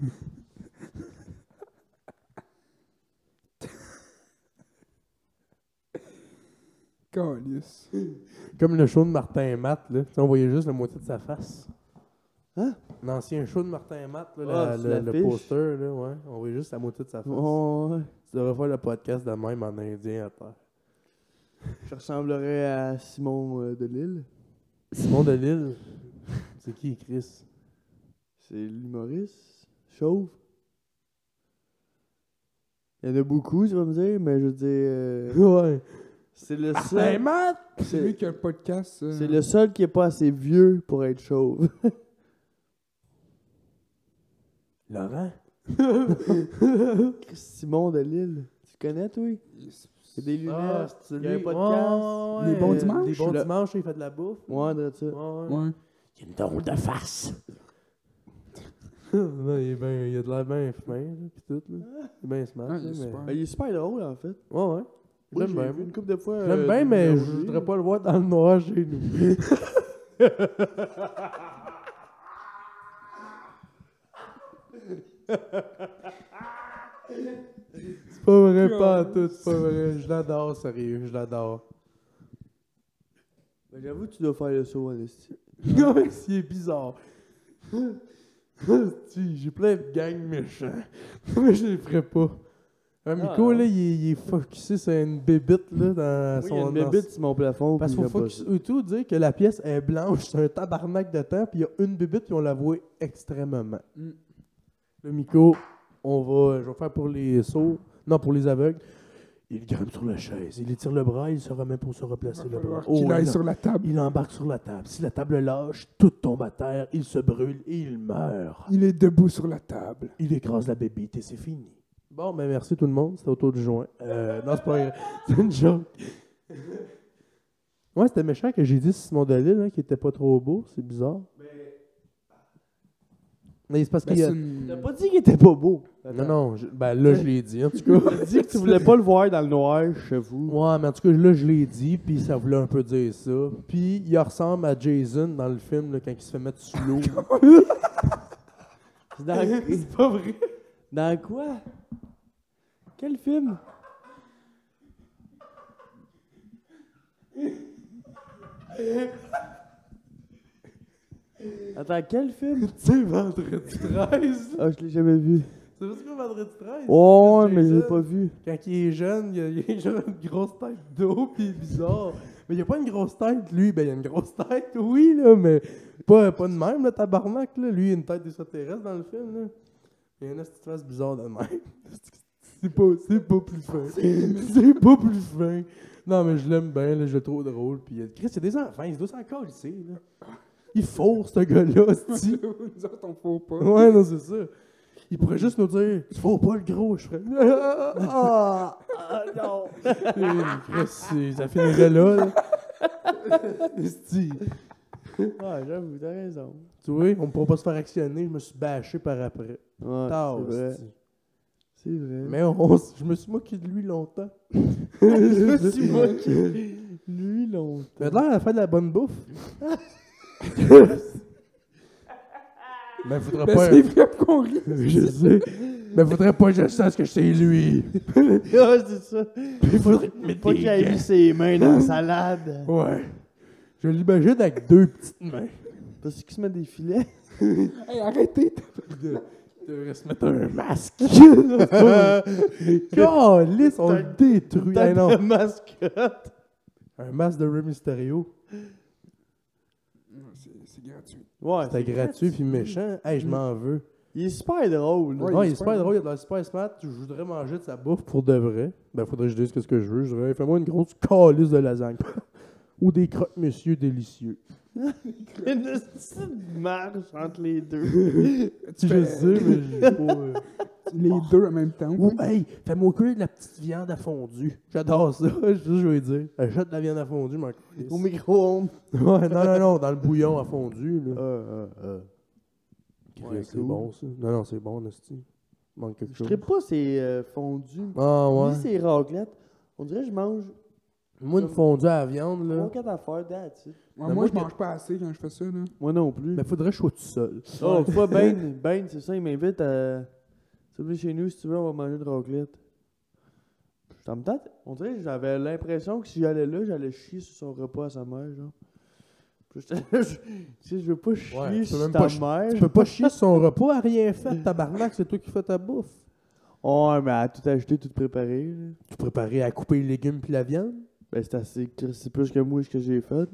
[SPEAKER 2] Calice.
[SPEAKER 1] Comme le show de Martin et Matt, là. Tu sais, on voyait juste la moitié de sa face.
[SPEAKER 3] Hein?
[SPEAKER 1] L'ancien show de Martin et Matt, là,
[SPEAKER 3] Ah,
[SPEAKER 1] la-
[SPEAKER 3] sur
[SPEAKER 1] le- le,
[SPEAKER 3] l'affiche.
[SPEAKER 1] poster, là, ouais. On voyait juste la moitié de sa face.
[SPEAKER 3] Ouais, ouais.
[SPEAKER 1] Tu devrais faire le podcast de même en indien à terre.
[SPEAKER 3] Je ressemblerais à Simon euh, de Lille.
[SPEAKER 1] Simon de Lille. C'est qui, Chris?
[SPEAKER 3] C'est l'humoriste. Chauve. Il y en a beaucoup, tu vas me dire, mais je veux dire. euh,
[SPEAKER 1] Ouais. Ah, ben,
[SPEAKER 3] c'est le
[SPEAKER 1] Hey,
[SPEAKER 3] seul.
[SPEAKER 1] Matt!
[SPEAKER 2] C'est
[SPEAKER 3] C'est
[SPEAKER 2] lui qui a le podcast. euh, ça.
[SPEAKER 3] c'est le seul qui est pas assez vieux pour être chauve.
[SPEAKER 1] Laurent?
[SPEAKER 3] Ah, Chris Simon de Lille. Tu connais, toi? C'est des
[SPEAKER 1] Ah,
[SPEAKER 3] lunettes.
[SPEAKER 1] c'est
[SPEAKER 3] il y a un
[SPEAKER 1] lui.
[SPEAKER 3] podcast.
[SPEAKER 1] Ouais, ouais,
[SPEAKER 2] Les bons
[SPEAKER 1] euh,
[SPEAKER 2] dimanches?
[SPEAKER 1] Les bons
[SPEAKER 3] Là.
[SPEAKER 1] dimanches, il fait de la bouffe.
[SPEAKER 3] Ouais, on dirait ça.
[SPEAKER 1] Ouais, ouais.
[SPEAKER 2] Ouais.
[SPEAKER 1] Il a une drôle de face. non, il, est ben, il a de l'air bien fin, là, pis tout, là. Il est bien smart,
[SPEAKER 2] Ah, il est
[SPEAKER 1] là, mais-
[SPEAKER 2] super.
[SPEAKER 3] Ben, il est super drôle, en fait.
[SPEAKER 1] Ouais, ouais. J'aime
[SPEAKER 3] Moi, j'ai
[SPEAKER 1] bien.
[SPEAKER 3] vu une couple de fois.
[SPEAKER 1] J'aime
[SPEAKER 3] euh,
[SPEAKER 1] bien,
[SPEAKER 3] des
[SPEAKER 1] mais je
[SPEAKER 3] vidéos de lui,
[SPEAKER 1] voudrais
[SPEAKER 3] là.
[SPEAKER 1] pas le voir dans le noir chez nous. c'est pas vrai, pas en tout, c'est pas vrai. Je l'adore, sérieux, je l'adore.
[SPEAKER 3] Ben, J'avoue, tu dois faire le saut, en esti.
[SPEAKER 1] Non, mais c'est bizarre. Esti, J'ai plein de gangs méchants. Mais je les ferais pas. Un Miko,
[SPEAKER 3] Ah, non.
[SPEAKER 1] là, il, est- il est focusé sur une bébite, là, dans
[SPEAKER 3] Oui, il y a
[SPEAKER 1] son...
[SPEAKER 3] une
[SPEAKER 1] dans-
[SPEAKER 3] bébite sur mon plafond.
[SPEAKER 1] Parce
[SPEAKER 3] puis
[SPEAKER 1] qu'il faut
[SPEAKER 3] j'aime
[SPEAKER 2] bah,
[SPEAKER 3] pas
[SPEAKER 1] focus- surtout dire que la pièce est blanche, c'est un tabarnak de temps, puis il y a une bébite, puis on la voit extrêmement.
[SPEAKER 2] Mm.
[SPEAKER 1] Le Miko, on va... Je vais faire pour les sauts... Non, pour les aveugles. Il grimpe sur la chaise, il étire le bras, il se remet pour se replacer le bras.
[SPEAKER 2] Qu'il
[SPEAKER 1] Oh,
[SPEAKER 2] aille
[SPEAKER 1] non.
[SPEAKER 2] sur la table.
[SPEAKER 1] Il embarque sur la table. Si la table lâche, tout tombe à terre, il se brûle et il meurt.
[SPEAKER 2] Il est debout sur la table.
[SPEAKER 1] Il écrase la bébite et c'est fini. Bon, ben merci tout le monde. C'était autour du joint. Euh, non, c'est pas vrai. C'est une joke. Ouais, c'était méchant que j'ai dit Simon Dalil, hein, qui était pas trop beau. C'est bizarre. Mais Ben, c'est parce
[SPEAKER 2] Ben,
[SPEAKER 1] qu'il y a...
[SPEAKER 2] c'est une-
[SPEAKER 3] ça. T'as pas dit qu'il était pas beau.
[SPEAKER 1] Non, non. je- Ben là, je l'ai dit, en tout cas.
[SPEAKER 3] T'as dit que tu voulais pas le voir dans le noir chez vous.
[SPEAKER 1] Ouais, mais en tout cas, là, je l'ai dit, puis ça voulait un peu dire ça. Puis, il ressemble à Jason dans le film, là, quand il se fait mettre sous l'eau.
[SPEAKER 3] C'est dans...
[SPEAKER 1] c'est pas vrai.
[SPEAKER 3] dans quoi? Quel film? Attends, quel film?
[SPEAKER 1] C'est vendredi 13.
[SPEAKER 3] Ah, je l'ai jamais vu.
[SPEAKER 1] C'est pas vendredi 13.
[SPEAKER 3] Oh, ouais, mais je
[SPEAKER 1] Jason.
[SPEAKER 3] l'ai pas vu.
[SPEAKER 1] Quand il est jeune, il a, il a genre une grosse tête d'eau, pis il est bizarre. Mais il a pas une grosse tête, lui. Ben, il a une grosse tête, oui, là, mais pas, pas de même, le tabarnak, là. Lui, il a une tête d'extraterrestre dans le film, là. Il y a une petite face bizarre de même. C'est pas, c'est pas plus fin. C'est pas plus fin. Non, mais je l'aime bien, là, je le trouve drôle. Puis, euh, Chris, il y a des enfants, il doit s'en ici, là. Il fourre, ce gars-là, hostie.
[SPEAKER 2] Nous autres, on faut pas.
[SPEAKER 1] Ouais, non, c'est ça. Il pourrait juste nous dire Tu fais pas le gros, je ferais. Ah, ah, ah, non. Et Chris, c'est- ça finirait là. là. Esti.
[SPEAKER 3] Ouais, Ah, j'avoue, t'as raison.
[SPEAKER 1] Tu vois, on ne pourra pas se faire actionner, je me suis bâché par après.
[SPEAKER 3] Ouais,
[SPEAKER 1] Tard,
[SPEAKER 3] c'est vrai.
[SPEAKER 1] hostie.
[SPEAKER 3] C'est vrai.
[SPEAKER 1] Mais on, on s- je me suis moqué de lui longtemps.
[SPEAKER 3] je me suis moqué. Lui, longtemps.
[SPEAKER 1] Mais de l'air à faire de la bonne bouffe. Mais faudrait
[SPEAKER 2] Ben,
[SPEAKER 1] pas.
[SPEAKER 2] c'est vrai qu'on rit.
[SPEAKER 1] Je sais. Mais faudrait pas que je sache que c'est lui.
[SPEAKER 3] Ah, c'est ça.
[SPEAKER 1] Il faudrait que
[SPEAKER 3] Pas qu'il ait mis ses mains dans la salade.
[SPEAKER 1] Ouais. Je l'imagine avec deux petites mains.
[SPEAKER 3] Parce qu'il se met des filets.
[SPEAKER 2] Hey, arrêtez.
[SPEAKER 1] Il devrait se mettre un masque. Calice, on le détruit.
[SPEAKER 3] T'as
[SPEAKER 1] Hey, non.
[SPEAKER 3] de mascotte.
[SPEAKER 1] Un masque de Rey Mysterio.
[SPEAKER 2] C'est- C'est gratuit.
[SPEAKER 3] Ouais,
[SPEAKER 1] C'était gratuit puis méchant. Hey, je m'en veux.
[SPEAKER 3] il est super drôle.
[SPEAKER 1] Ouais,
[SPEAKER 2] Ouais, il est
[SPEAKER 1] il est super
[SPEAKER 2] super
[SPEAKER 1] drôle, il a de l'air super smart. Je voudrais manger de sa bouffe pour de vrai. Ben, faudrait que je dise ce que je veux. Je dirais, fais-moi une grosse calice de lasagne. Ou des crottes monsieur délicieux.
[SPEAKER 3] Une petite marche entre les deux.
[SPEAKER 1] Tu je sais, mais je pas. euh.
[SPEAKER 2] Les deux en même temps.
[SPEAKER 1] Ou, hey, fais-moi cuire de la petite viande à fondue. J'adore ça, c'est ça que je veux dire. Achète de la viande à fondue, mon calisse.
[SPEAKER 3] Au micro-ondes.
[SPEAKER 1] Ouais, non, non, non, dans le bouillon à fondue, là.
[SPEAKER 3] Euh, euh, euh. ouais,
[SPEAKER 1] c'est
[SPEAKER 3] cool.
[SPEAKER 1] bon, ça. Non, non, c'est bon, Nasty. Manque quelque
[SPEAKER 3] Je
[SPEAKER 1] chose.
[SPEAKER 3] ne pas ces euh, fondus.
[SPEAKER 1] Ah, ouais.
[SPEAKER 3] Ni ces raclettes. On dirait que je mange
[SPEAKER 1] Moi, une fondue à la viande, là.
[SPEAKER 3] 3-4 affaires là-dessus.
[SPEAKER 2] Ouais,
[SPEAKER 1] Ben,
[SPEAKER 2] moi,
[SPEAKER 1] moi,
[SPEAKER 2] je
[SPEAKER 1] j'ai-
[SPEAKER 2] mange pas assez quand je fais ça. Là.
[SPEAKER 3] Moi non plus.
[SPEAKER 1] Mais faudrait que je sois tout seul.
[SPEAKER 3] Oh, toi, Ben, Ben, c'est ça, il m'invite à. Tu veux chez nous, si tu veux, on va manger une raclette. Ça me tente. On dirait que j'avais l'impression que si j'allais là, j'allais chier sur son repas à sa mère, genre. Puis j'étais là, je- Tu sais, je veux pas chier
[SPEAKER 1] Ouais, tu peux
[SPEAKER 3] sur
[SPEAKER 1] même
[SPEAKER 3] ta
[SPEAKER 1] pas chi-
[SPEAKER 3] mère.
[SPEAKER 1] Tu peux pas chier sur son repas à rien faire, tabarnak, c'est toi qui fais ta bouffe.
[SPEAKER 3] Ouais, mais à tout acheter, tout préparer. là.
[SPEAKER 1] Tu préparais à couper les légumes puis la viande?
[SPEAKER 3] Ben, c'est assez. C'est plus que moi ce que j'ai fait.
[SPEAKER 1] Ouais,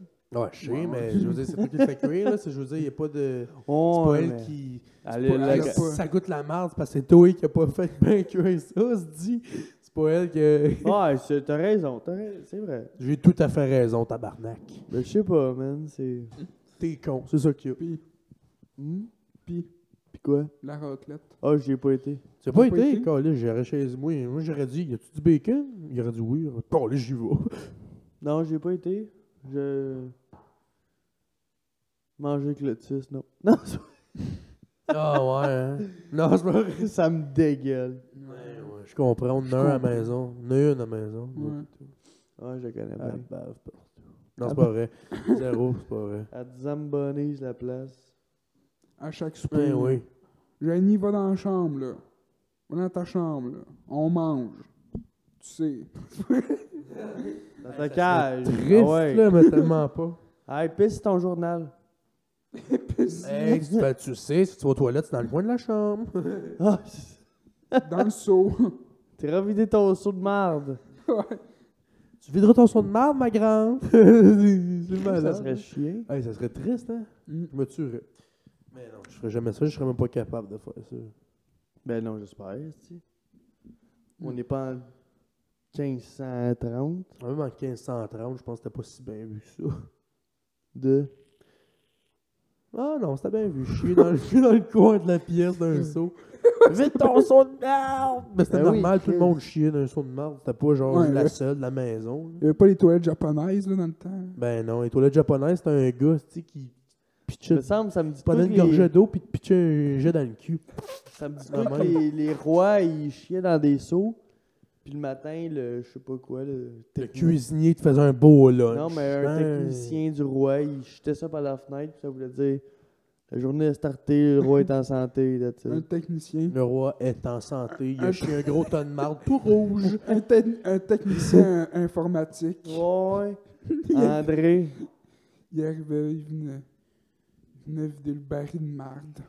[SPEAKER 1] Ah, je sais,
[SPEAKER 2] Ouais, ouais.
[SPEAKER 1] mais je veux dire, c'est toi qui le fais cuire, là. C'est, je veux dire, il n'y a pas de. C'est
[SPEAKER 3] On
[SPEAKER 1] pas elle qui.
[SPEAKER 3] Elle
[SPEAKER 1] Pas
[SPEAKER 3] est
[SPEAKER 1] elle,
[SPEAKER 3] la-
[SPEAKER 2] qui-
[SPEAKER 1] ça goûte la merde, c'est parce que c'est toi qui a pas fait bien cuire ça, se dit. C'est pas elle que.
[SPEAKER 3] Ouais, c'est- t'as raison, t'as raison, c'est vrai.
[SPEAKER 1] J'ai tout à fait raison, tabarnak.
[SPEAKER 3] Mais je sais pas, man, c'est.
[SPEAKER 1] T'es con, c'est ça qu'il y a.
[SPEAKER 2] Puis
[SPEAKER 3] Hmm?
[SPEAKER 2] Puis?
[SPEAKER 3] Puis quoi?
[SPEAKER 2] la raclette.
[SPEAKER 3] Ah, j'y ai pas été.
[SPEAKER 1] Tu n'as pas
[SPEAKER 2] pas
[SPEAKER 1] été,
[SPEAKER 2] été?
[SPEAKER 1] Calais, j'aurais chez moi. Moi, j'aurais dit, y a-tu du bacon? Il aurait dit oui. Calais, j'y vais.
[SPEAKER 3] Non, j'ai pas été. Je. Manger avec Lotus, non. Non, c'est
[SPEAKER 1] Ah ouais, hein? Non, c'est pas vrai.
[SPEAKER 3] vrai, ça me dégueule.
[SPEAKER 1] Ouais, ouais, je comprends. On en a un à la maison. On en a une à la maison.
[SPEAKER 2] Ouais.
[SPEAKER 3] Ouais, je connais
[SPEAKER 1] Ah,
[SPEAKER 3] bien.
[SPEAKER 1] bave partout. Non, c'est pas vrai. Zéro, c'est pas vrai.
[SPEAKER 3] À Zambonise, la place.
[SPEAKER 2] À chaque souper.
[SPEAKER 1] Ben oui.
[SPEAKER 2] Jenny, va dans la chambre, là. Va dans ta chambre, là. On mange. Tu sais.
[SPEAKER 3] Dans ta cage.
[SPEAKER 1] Triste,
[SPEAKER 3] ah ouais.
[SPEAKER 1] là, mais tellement pas.
[SPEAKER 3] Hey, pisse ton journal.
[SPEAKER 1] hey, tu, ben, tu sais, si tu vas aux toilettes, c'est dans le coin de la chambre.
[SPEAKER 3] Ah, c'est-
[SPEAKER 2] Dans le seau.
[SPEAKER 3] T'es revidé ton seau de marde.
[SPEAKER 1] tu videras ton son de marde, ma grande. c'est malade.
[SPEAKER 3] Ça serait chiant.
[SPEAKER 1] Hey, ça serait triste, hein?
[SPEAKER 2] Mm.
[SPEAKER 1] Je me tuerais. Mais non, je ferais jamais ça. Je serais même pas capable de faire ça.
[SPEAKER 3] Ben non, j'espère, tu
[SPEAKER 1] Hmm.
[SPEAKER 3] On n'est pas en 1530
[SPEAKER 1] Même en 1530, je pense que c'était pas si bien vu que ça.
[SPEAKER 3] de.
[SPEAKER 1] Ah non, c'était bien vu. Chier dans le, dans le coin de la pièce d'un saut. Vite ton saut de merde! Mais c'était
[SPEAKER 3] Ben oui,
[SPEAKER 1] normal, tout le
[SPEAKER 3] Chris.
[SPEAKER 1] monde chiait d'un saut de merde. C'était pas genre
[SPEAKER 2] Ouais,
[SPEAKER 1] la
[SPEAKER 2] ouais.
[SPEAKER 1] seule de la maison. là.
[SPEAKER 2] Il y avait pas les toilettes japonaises, là, dans le temps.
[SPEAKER 1] Ben non, les toilettes japonaises, c'était un gars tu sais, qui
[SPEAKER 3] Il
[SPEAKER 1] pitchait,
[SPEAKER 3] me semble, ça me dit pas
[SPEAKER 1] prenait
[SPEAKER 3] que
[SPEAKER 1] une
[SPEAKER 3] les,
[SPEAKER 1] gorgée d'eau puis te pitchait un jet dans le cul.
[SPEAKER 3] ça me dit
[SPEAKER 1] Ah,
[SPEAKER 3] pas que
[SPEAKER 1] ouais.
[SPEAKER 3] les, les rois, ils chiaient dans des seaux. Puis le matin, le, je sais pas quoi, le,
[SPEAKER 1] Le
[SPEAKER 3] technicien-
[SPEAKER 1] cuisinier te faisait un beau lunch.
[SPEAKER 3] Non, mais un
[SPEAKER 1] Hein.
[SPEAKER 3] technicien du roi, il jetait ça par la fenêtre. Puis ça voulait dire la journée est startée, le roi est en santé. that's
[SPEAKER 2] Un
[SPEAKER 3] it.
[SPEAKER 2] technicien.
[SPEAKER 1] Le roi est en santé, il
[SPEAKER 2] Un-
[SPEAKER 1] a chié un gros ton de marde tout rouge.
[SPEAKER 2] Un, te- un technicien informatique.
[SPEAKER 3] Ouais. André.
[SPEAKER 2] Il arrivait, il venait. Il venait vider le baril de marde.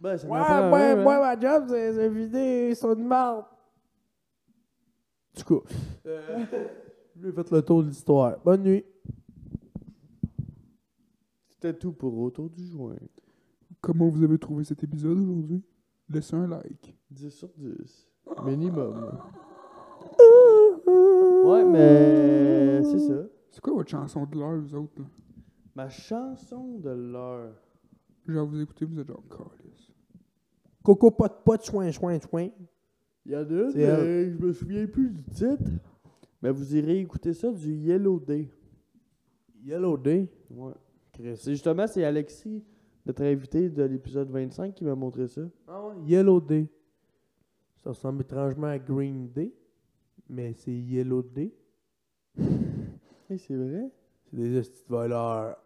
[SPEAKER 3] Ben, ça
[SPEAKER 1] Ouais,
[SPEAKER 3] m'en prend un,
[SPEAKER 1] ouais,
[SPEAKER 3] hein.
[SPEAKER 1] moi, ma job, c'est c'est vider sur une marde. Du coup, Euh, je vais faire le tour de l'histoire. Bonne nuit.
[SPEAKER 3] C'était tout pour autour du joint.
[SPEAKER 2] Comment vous avez trouvé cet épisode aujourd'hui? Laissez un like.
[SPEAKER 3] 10 sur 10. Minimum. Ouais, mais c'est ça.
[SPEAKER 2] C'est quoi votre chanson de l'heure, vous autres? Là?
[SPEAKER 3] Ma chanson de l'heure.
[SPEAKER 2] Genre, vous écoutez, vous êtes genre, Calisse.
[SPEAKER 1] Coco pot pot, chouin, chouin, chouin.
[SPEAKER 3] Il y en a une,
[SPEAKER 1] C'est elle.
[SPEAKER 3] mais je me souviens plus du titre. Mais vous irez écouter ça du Yellow Day.
[SPEAKER 1] Yellow Day.
[SPEAKER 3] Ouais. Chris. C'est justement, c'est Alexis, notre invité de l'épisode 25, qui m'a montré ça.
[SPEAKER 1] Ah ouais, Yellow Day. Ça ressemble étrangement à Green Day, mais c'est Yellow Day.
[SPEAKER 3] Hey, c'est vrai?
[SPEAKER 1] C'est des petites voleurs.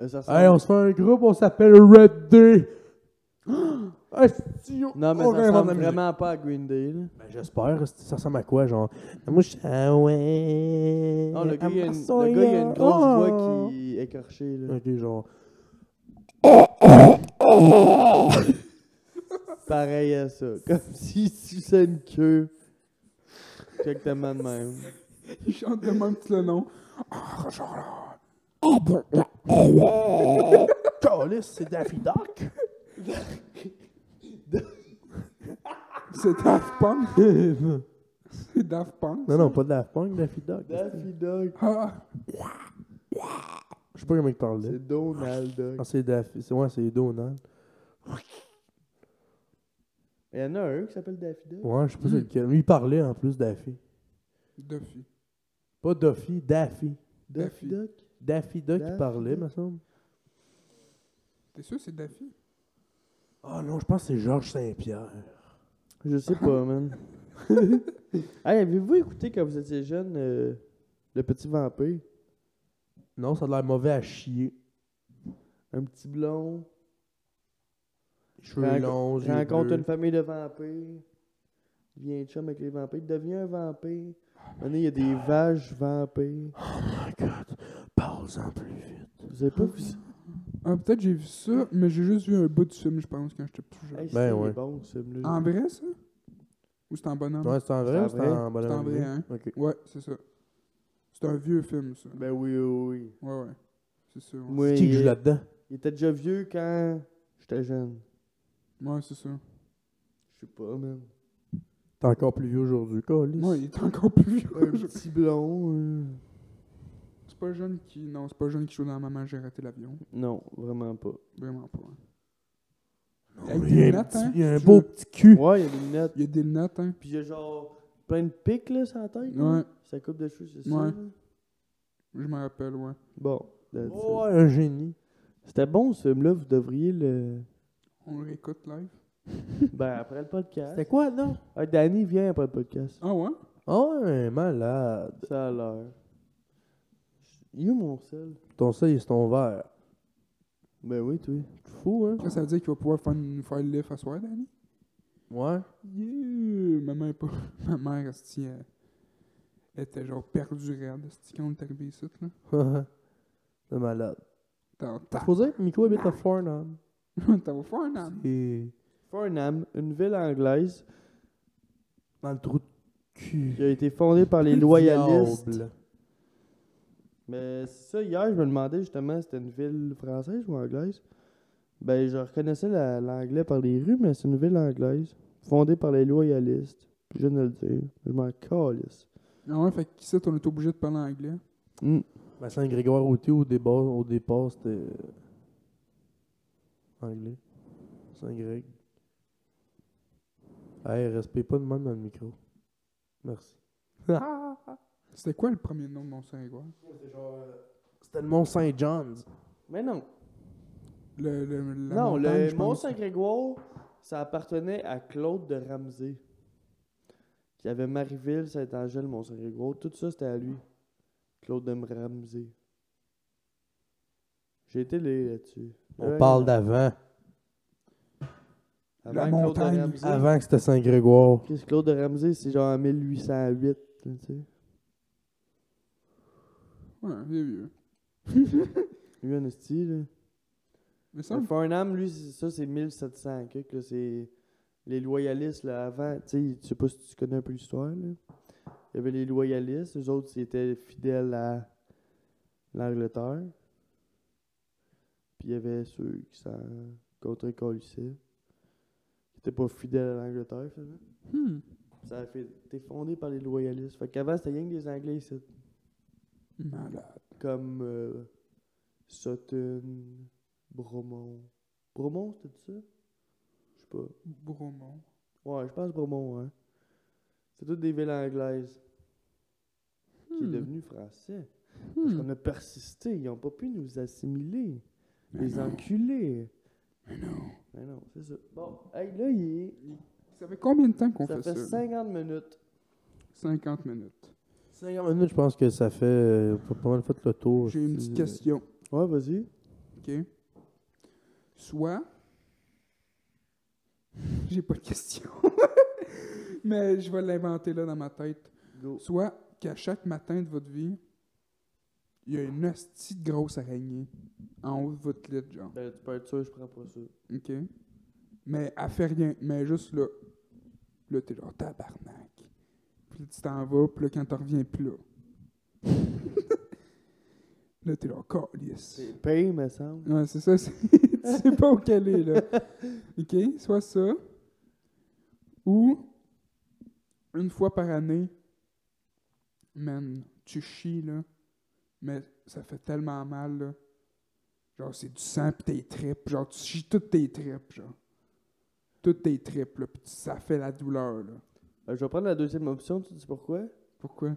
[SPEAKER 3] Euh, ça ressemble-
[SPEAKER 1] Hey, on se fait un groupe, on s'appelle Red Day. Asti,
[SPEAKER 3] Non, mais
[SPEAKER 1] on
[SPEAKER 3] ça
[SPEAKER 1] réinvente
[SPEAKER 3] ressemble
[SPEAKER 1] la musique.
[SPEAKER 3] vraiment pas à Green Day. Là.
[SPEAKER 1] Ben, j'espère. asti, Ça ressemble à quoi, genre? Moi, je... Ah ouais...
[SPEAKER 3] Non, le gars, il a
[SPEAKER 1] Ah,
[SPEAKER 3] une,
[SPEAKER 1] ça,
[SPEAKER 3] le gars, il a une grosse
[SPEAKER 1] ah.
[SPEAKER 3] voix qui est écorchée. Là.
[SPEAKER 1] Ok, genre...
[SPEAKER 3] Pareil à ça. Comme s'il suçait une queue. Exactement de même.
[SPEAKER 2] Il chante de même tout le nom.
[SPEAKER 1] Ah, Calisse, c'est Daffy Duck!
[SPEAKER 2] C'est Daft Punk. C'est Daft Punk.
[SPEAKER 1] Non, non, pas Daft Punk, Daffy Duck.
[SPEAKER 3] Daffy Duck.
[SPEAKER 2] Ah,
[SPEAKER 1] Je sais pas comment il parle là.
[SPEAKER 3] C'est Donald Duck.
[SPEAKER 1] Ah, c'est Daffy. c'est- Ouais, c'est Donald.
[SPEAKER 3] Il y en a un qui s'appelle Daffy Duck.
[SPEAKER 1] Ouais, je sais pas c'est lequel. Mais il parlait en plus, Daffy.
[SPEAKER 2] Duffy.
[SPEAKER 1] Pas Duffy, Daffy.
[SPEAKER 2] Daffy.
[SPEAKER 3] Daffy Duck.
[SPEAKER 1] Daffy Duck, il
[SPEAKER 3] Daffy
[SPEAKER 1] parlait,
[SPEAKER 3] Duck.
[SPEAKER 1] me semble.
[SPEAKER 2] T'es sûr que c'est Daffy?
[SPEAKER 1] Ah non, je pense que c'est Georges Saint-Pierre.
[SPEAKER 3] Je sais pas, man. hey, avez-vous écouté quand vous étiez jeune euh, Le Petit Vampire
[SPEAKER 1] Non, ça a l'air mauvais à chier.
[SPEAKER 3] Un petit blond.
[SPEAKER 1] Cheveux
[SPEAKER 3] Renco-
[SPEAKER 1] longs, yeux
[SPEAKER 3] rencontre
[SPEAKER 1] bleus.
[SPEAKER 3] une famille de vampires. Devient chum avec les vampires. Devient un vampire. Maintenant, il y a des vaches vampires.
[SPEAKER 1] Oh my god, parle-en plus vite.
[SPEAKER 3] Vous avez pas vu ça?
[SPEAKER 2] Ah, peut-être j'ai vu ça, mais j'ai juste vu un bout du film, je pense, quand j'étais plus jeune.
[SPEAKER 3] Hey,
[SPEAKER 1] Ben
[SPEAKER 3] c'est
[SPEAKER 1] ouais.
[SPEAKER 3] bon, ce film-là.
[SPEAKER 2] En vrai, ça? Ou c'est en bonhomme?
[SPEAKER 1] Ouais, c'est en
[SPEAKER 3] C'est
[SPEAKER 1] vrai
[SPEAKER 3] en
[SPEAKER 1] ou c'est
[SPEAKER 3] vrai.
[SPEAKER 1] en
[SPEAKER 2] C'est en
[SPEAKER 1] bonhomme?
[SPEAKER 2] vrai, hein?
[SPEAKER 1] Ok.
[SPEAKER 2] Ouais, c'est ça. C'est un vieux film, ça.
[SPEAKER 3] Ben oui, oui, oui.
[SPEAKER 2] Ouais, ouais. C'est ça. Ouais,
[SPEAKER 3] Moi,
[SPEAKER 1] Qui que
[SPEAKER 3] il,
[SPEAKER 1] joue là-dedans?
[SPEAKER 3] il était déjà vieux quand j'étais jeune.
[SPEAKER 2] Ouais, c'est ça.
[SPEAKER 3] Je sais pas, man.
[SPEAKER 1] T'es encore plus vieux aujourd'hui, Calisse.
[SPEAKER 2] Ouais, il est encore plus vieux.
[SPEAKER 3] Un petit blond. euh,
[SPEAKER 2] C'est pas jeune qui. Non, c'est pas jeune qui joue dans Maman, j'ai raté l'avion.
[SPEAKER 3] Non, vraiment pas.
[SPEAKER 2] Vraiment pas. hein.
[SPEAKER 1] Oh,
[SPEAKER 2] Avec des
[SPEAKER 1] il y a un,
[SPEAKER 2] lunettes,
[SPEAKER 1] petit-
[SPEAKER 2] hein?
[SPEAKER 1] il y a un
[SPEAKER 2] Tu
[SPEAKER 1] beau
[SPEAKER 2] veux-
[SPEAKER 1] petit cul.
[SPEAKER 3] Ouais, il y a des lunettes.
[SPEAKER 2] Il y a des lunettes, hein.
[SPEAKER 3] Puis il y a genre plein de pics là sur la tête. là.
[SPEAKER 2] Ouais,
[SPEAKER 3] Sa coupe de cheveux, c'est ça.
[SPEAKER 2] Ouais.
[SPEAKER 3] là?
[SPEAKER 2] je me rappelle, ouais.
[SPEAKER 3] Bon. that's
[SPEAKER 1] Oh,
[SPEAKER 3] it.
[SPEAKER 1] un génie.
[SPEAKER 3] C'était bon ce film-là, vous devriez le.
[SPEAKER 2] On le réécoute live.
[SPEAKER 3] ben après le podcast.
[SPEAKER 1] C'était quoi, non?
[SPEAKER 3] Ah, Danny vient après le podcast.
[SPEAKER 2] Ah ouais?
[SPEAKER 1] Oh, un malade.
[SPEAKER 3] Ça a l'air. Il est où mon sel?
[SPEAKER 1] Ton seuil, c'est ton verre.
[SPEAKER 3] Ben oui, toi.
[SPEAKER 1] Fou, hein?
[SPEAKER 2] Ça, ça veut dire qu'il va pouvoir faire, nous faire le lift à soir, Danny?
[SPEAKER 1] Ouais.
[SPEAKER 2] Yeah! Ma mère, est pas... Ma mère esti, elle- elle était genre perdue raide, esti, quand on est arrivé ici, là.
[SPEAKER 1] c'est malade.
[SPEAKER 2] T'en
[SPEAKER 1] T'as
[SPEAKER 2] t'en-
[SPEAKER 1] supposé que Miko habite à Farnham.
[SPEAKER 2] t'en vas faire un âme.
[SPEAKER 1] Et
[SPEAKER 3] Farnham, une ville anglaise
[SPEAKER 1] dans le trou de
[SPEAKER 3] qui
[SPEAKER 1] cul.
[SPEAKER 3] a été fondée par les
[SPEAKER 1] du
[SPEAKER 3] loyalistes.
[SPEAKER 1] diable.
[SPEAKER 3] Mais c'est ça, hier, je me demandais justement, c'était une ville française ou anglaise? Ben, je reconnaissais la- l'anglais par les rues, mais c'est une ville anglaise, fondée par les loyalistes. Puis je viens de le dire, je m'en calisse.
[SPEAKER 2] Ah ouais, fait qu'ici, on est obligé de parler anglais. Hmm.
[SPEAKER 3] Mm.
[SPEAKER 1] Ben, Saint-Grégoire Outé, au départ, au départ c'était. euh, Anglais. Saint-Greg. Hey, respecte pas de même dans le micro. Merci.
[SPEAKER 2] C'était quoi le premier nom de Mont-Saint-Grégoire?
[SPEAKER 1] C'était le Mont Saint-John's.
[SPEAKER 3] Mais non,
[SPEAKER 2] Le, le, la
[SPEAKER 3] non,
[SPEAKER 2] montagne, je
[SPEAKER 3] le Mont
[SPEAKER 2] pense.
[SPEAKER 3] Saint-Grégoire, ça appartenait à Claude de Ramsey. Qui avait Marieville, Saint-Angèle, Mont Saint-Grégoire, tout ça c'était à lui. Claude de Ramsey. J'ai été lire là-dessus.
[SPEAKER 1] On
[SPEAKER 3] Ouais.
[SPEAKER 1] parle d'avant.
[SPEAKER 3] Avant
[SPEAKER 2] La
[SPEAKER 3] Claude de
[SPEAKER 2] montagne.
[SPEAKER 3] Ramsey.
[SPEAKER 1] Avant que c'était Saint-Grégoire.
[SPEAKER 3] Chris Claude de Ramsey, c'est genre en 1808, là, tu sais.
[SPEAKER 2] Ouais, vieux, vieux.
[SPEAKER 3] Lui, un esti, là.
[SPEAKER 2] Mais ça,
[SPEAKER 3] Le Farnham, lui, c'est- ça, c'est 1700, ok, que là, c'est les loyalistes, là, avant, tu sais, je sais pas si tu connais un peu l'histoire, là. Il y avait les loyalistes, eux autres, ils étaient fidèles à l'Angleterre. Puis il y avait ceux qui s'en contre qui étaient pas fidèles à l'Angleterre, finalement.
[SPEAKER 2] hmm,
[SPEAKER 3] Ça a fait- été fondé par les loyalistes. Fait qu'avant, c'était rien que des Anglais, ici.
[SPEAKER 2] Hmm. malade.
[SPEAKER 3] comme euh, Sutton, Bromont. Bromont, c'était ça? Je sais pas.
[SPEAKER 2] Bromont.
[SPEAKER 3] Ouais, je pense Bromont, hein. C'est toutes des villes anglaises. Qui est
[SPEAKER 2] Hmm.
[SPEAKER 3] devenu français. Parce
[SPEAKER 2] Hmm.
[SPEAKER 3] qu'on a persisté. Ils n'ont pas pu nous assimiler.
[SPEAKER 2] Mais
[SPEAKER 3] les
[SPEAKER 2] non.
[SPEAKER 3] enculés.
[SPEAKER 2] Mais non.
[SPEAKER 3] Mais non, c'est ça. Bon, hey, là, il est.
[SPEAKER 2] Ça fait combien de temps qu'on
[SPEAKER 3] Ça
[SPEAKER 2] fait,
[SPEAKER 3] fait
[SPEAKER 2] ça?
[SPEAKER 3] 50 minutes.
[SPEAKER 2] 50 minutes.
[SPEAKER 1] 50 minutes, je pense que ça fait euh, pas mal fait le tour. Euh,
[SPEAKER 2] J'ai une petite
[SPEAKER 1] Tu-
[SPEAKER 2] question.
[SPEAKER 3] Ouais, vas-y.
[SPEAKER 2] OK? Soit. J'ai pas de question. Mais je vais l'inventer là dans ma tête.
[SPEAKER 3] Go.
[SPEAKER 2] Soit qu'à chaque matin de votre vie, il y a une hostie de grosse araignée en haut de votre lit, genre.
[SPEAKER 3] Ben, tu peux être sûr, je prends pas ça.
[SPEAKER 2] OK? Mais elle fait rien. Mais juste là. Là, t'es genre tabarnak. Puis là, tu t'en vas, puis là, quand t'en reviens plus là. là, t'es genre calice.
[SPEAKER 3] C'est payé, me semble.
[SPEAKER 2] Ouais, c'est ça. c'est- tu sais pas où qu'elle est, là. OK? Soit ça. Ou, une fois par année, man, tu chies, là. Mais ça fait tellement mal, là. Genre, c'est du sang pis tes tripes. Genre, tu chies toutes tes tripes, genre. Toutes tes tripes, là. Pis ça fait la douleur, là.
[SPEAKER 3] Ben, je vais prendre la deuxième option, tu dis pourquoi?
[SPEAKER 2] Pourquoi?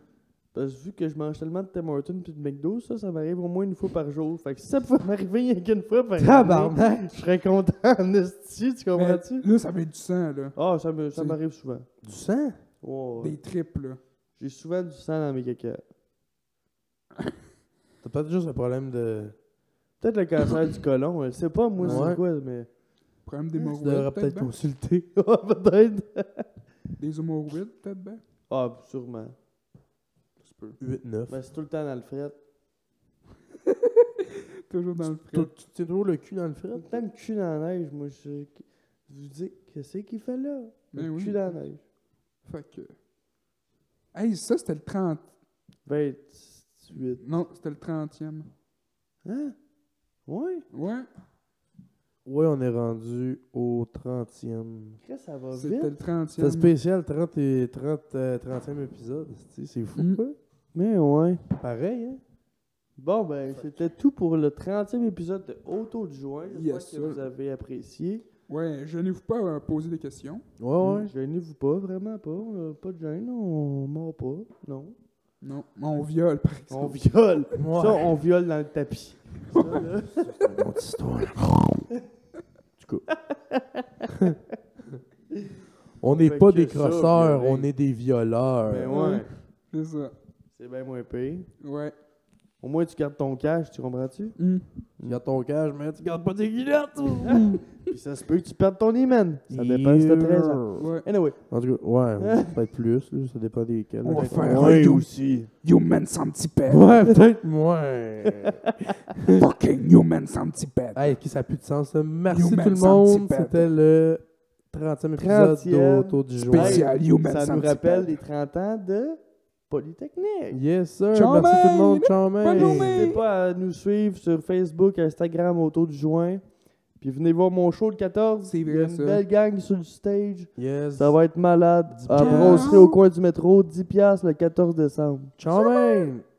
[SPEAKER 3] Parce que vu que je mange tellement de Tim Hortons puis de McDo, ça, ça m'arrive au moins une fois par jour. Fait que si ça pouvait m'arriver rien qu'une fois par année,
[SPEAKER 1] Tabarnak!
[SPEAKER 3] je serais content en esti, tu
[SPEAKER 2] Mais
[SPEAKER 3] comprends-tu?
[SPEAKER 2] là, ça fait du sang, là.
[SPEAKER 3] Ah, ça me- ça
[SPEAKER 2] C'est-
[SPEAKER 3] m'arrive souvent.
[SPEAKER 1] Du sang?
[SPEAKER 3] Oh, Ouais, ouais.
[SPEAKER 2] Des tripes, là.
[SPEAKER 3] J'ai souvent du sang dans mes caca.
[SPEAKER 1] T'as peut-être juste un problème de.
[SPEAKER 3] Peut-être le cancer du colon, je sais pas moi
[SPEAKER 1] Ouais.
[SPEAKER 3] c'est quoi, mais...
[SPEAKER 2] Problème des
[SPEAKER 1] Tu devrais peut-être
[SPEAKER 2] ben.
[SPEAKER 1] consulter.
[SPEAKER 3] Ah, peut-être!
[SPEAKER 2] Des hémorroïdes, peut-être, ben.
[SPEAKER 3] Ah, sûrement.
[SPEAKER 2] Ça se peut.
[SPEAKER 1] 8-9.
[SPEAKER 3] Mais c'est tout le temps dans le fret.
[SPEAKER 2] Toujours dans le
[SPEAKER 1] Tu
[SPEAKER 2] fret.
[SPEAKER 1] tu tiens toujours le cul dans le
[SPEAKER 3] Tout
[SPEAKER 1] fret?
[SPEAKER 3] le temps le cul dans la neige, moi, je... Vous dites, qu'est-ce qu'il fait là?
[SPEAKER 2] Ben
[SPEAKER 3] le
[SPEAKER 2] oui.
[SPEAKER 3] cul dans la neige.
[SPEAKER 2] Fait que. Hey, ça, c'était le 30.
[SPEAKER 3] 28.
[SPEAKER 2] Non, c'était le 30e.
[SPEAKER 3] Hein? Ouais?
[SPEAKER 2] Ouais,
[SPEAKER 1] Ouais, on est rendu au 30e.
[SPEAKER 3] Chris, ça va
[SPEAKER 2] c'était
[SPEAKER 3] vite.
[SPEAKER 2] le 30e.
[SPEAKER 1] C'est spécial, 30 et 30, euh, 30e épisode. c'est- C'est fou.
[SPEAKER 2] Mm.
[SPEAKER 3] Mais ouais.
[SPEAKER 1] Pareil, hein?
[SPEAKER 3] Bon, ben, c'était tout pour le 30e épisode de Auto du Joint. J'espère
[SPEAKER 2] Yes,
[SPEAKER 3] que
[SPEAKER 2] sir.
[SPEAKER 3] vous avez apprécié.
[SPEAKER 2] Ouais, je n'ai pas à poser des questions.
[SPEAKER 1] Ouais, ouais.
[SPEAKER 3] Mm, Gênez-vous pas, vraiment pas. On a pas de gêne, on mord pas. Non.
[SPEAKER 2] Non, on viole, par
[SPEAKER 3] On
[SPEAKER 2] exemple.
[SPEAKER 3] viole.
[SPEAKER 1] Ouais.
[SPEAKER 3] Ça, on viole dans le tapis. Ça, là.
[SPEAKER 1] C'est une autre histoire. du coup. on n'est
[SPEAKER 3] Fait
[SPEAKER 1] pas
[SPEAKER 3] que
[SPEAKER 1] des
[SPEAKER 3] ça,
[SPEAKER 1] crosseurs,
[SPEAKER 3] violer.
[SPEAKER 1] on est des violeurs. Mm.
[SPEAKER 3] Ben ouais.
[SPEAKER 2] C'est ça.
[SPEAKER 3] C'est bien moins pire.
[SPEAKER 2] Ouais.
[SPEAKER 3] Au moins, tu gardes ton cash, tu comprends-tu?
[SPEAKER 2] Hmm.
[SPEAKER 1] Garde ton cage, mais tu gardes pas tes guillettes.
[SPEAKER 3] Puis ça se peut que tu perdes ton iman. Ça dépend si t'as 13 ans.
[SPEAKER 2] Ouais.
[SPEAKER 3] Anyway. ben,
[SPEAKER 1] En tout cas, ouais, peut-être plus, là, ça dépend desquels.
[SPEAKER 2] On va
[SPEAKER 1] Peut-être
[SPEAKER 2] faire
[SPEAKER 1] moins
[SPEAKER 2] un double.
[SPEAKER 1] aussi.
[SPEAKER 2] Human centipede.
[SPEAKER 1] Ouais, peut-être moins.
[SPEAKER 2] Fucking human centipede.
[SPEAKER 1] Hey, qui ça a plus de sens. là. Merci
[SPEAKER 2] Human
[SPEAKER 1] tout le monde.
[SPEAKER 2] centipede.
[SPEAKER 1] C'était le 30e épisode
[SPEAKER 3] 30e
[SPEAKER 1] d'Auto du jour.
[SPEAKER 2] Spécial human
[SPEAKER 3] Ça nous
[SPEAKER 2] centipede.
[SPEAKER 3] rappelle les 30 ans de Polytechnique.
[SPEAKER 1] Yes, sir.
[SPEAKER 2] Ciao,
[SPEAKER 1] Merci tout le monde.
[SPEAKER 2] mate.
[SPEAKER 1] Ciao, mate.
[SPEAKER 2] Bonne journée.
[SPEAKER 3] N'hésitez pas à nous suivre sur Facebook, Instagram, Auto du Joint. Puis venez voir mon show le 14.
[SPEAKER 2] C'est
[SPEAKER 3] Il y
[SPEAKER 2] vrai,
[SPEAKER 3] a une
[SPEAKER 2] ça.
[SPEAKER 3] belle gang sur le stage.
[SPEAKER 1] Yes.
[SPEAKER 3] Ça va être malade.
[SPEAKER 1] Dix
[SPEAKER 3] À
[SPEAKER 1] piastres.
[SPEAKER 3] brosserie au coin du métro, 10$ piastres le 14 décembre.
[SPEAKER 1] Ciao, mate.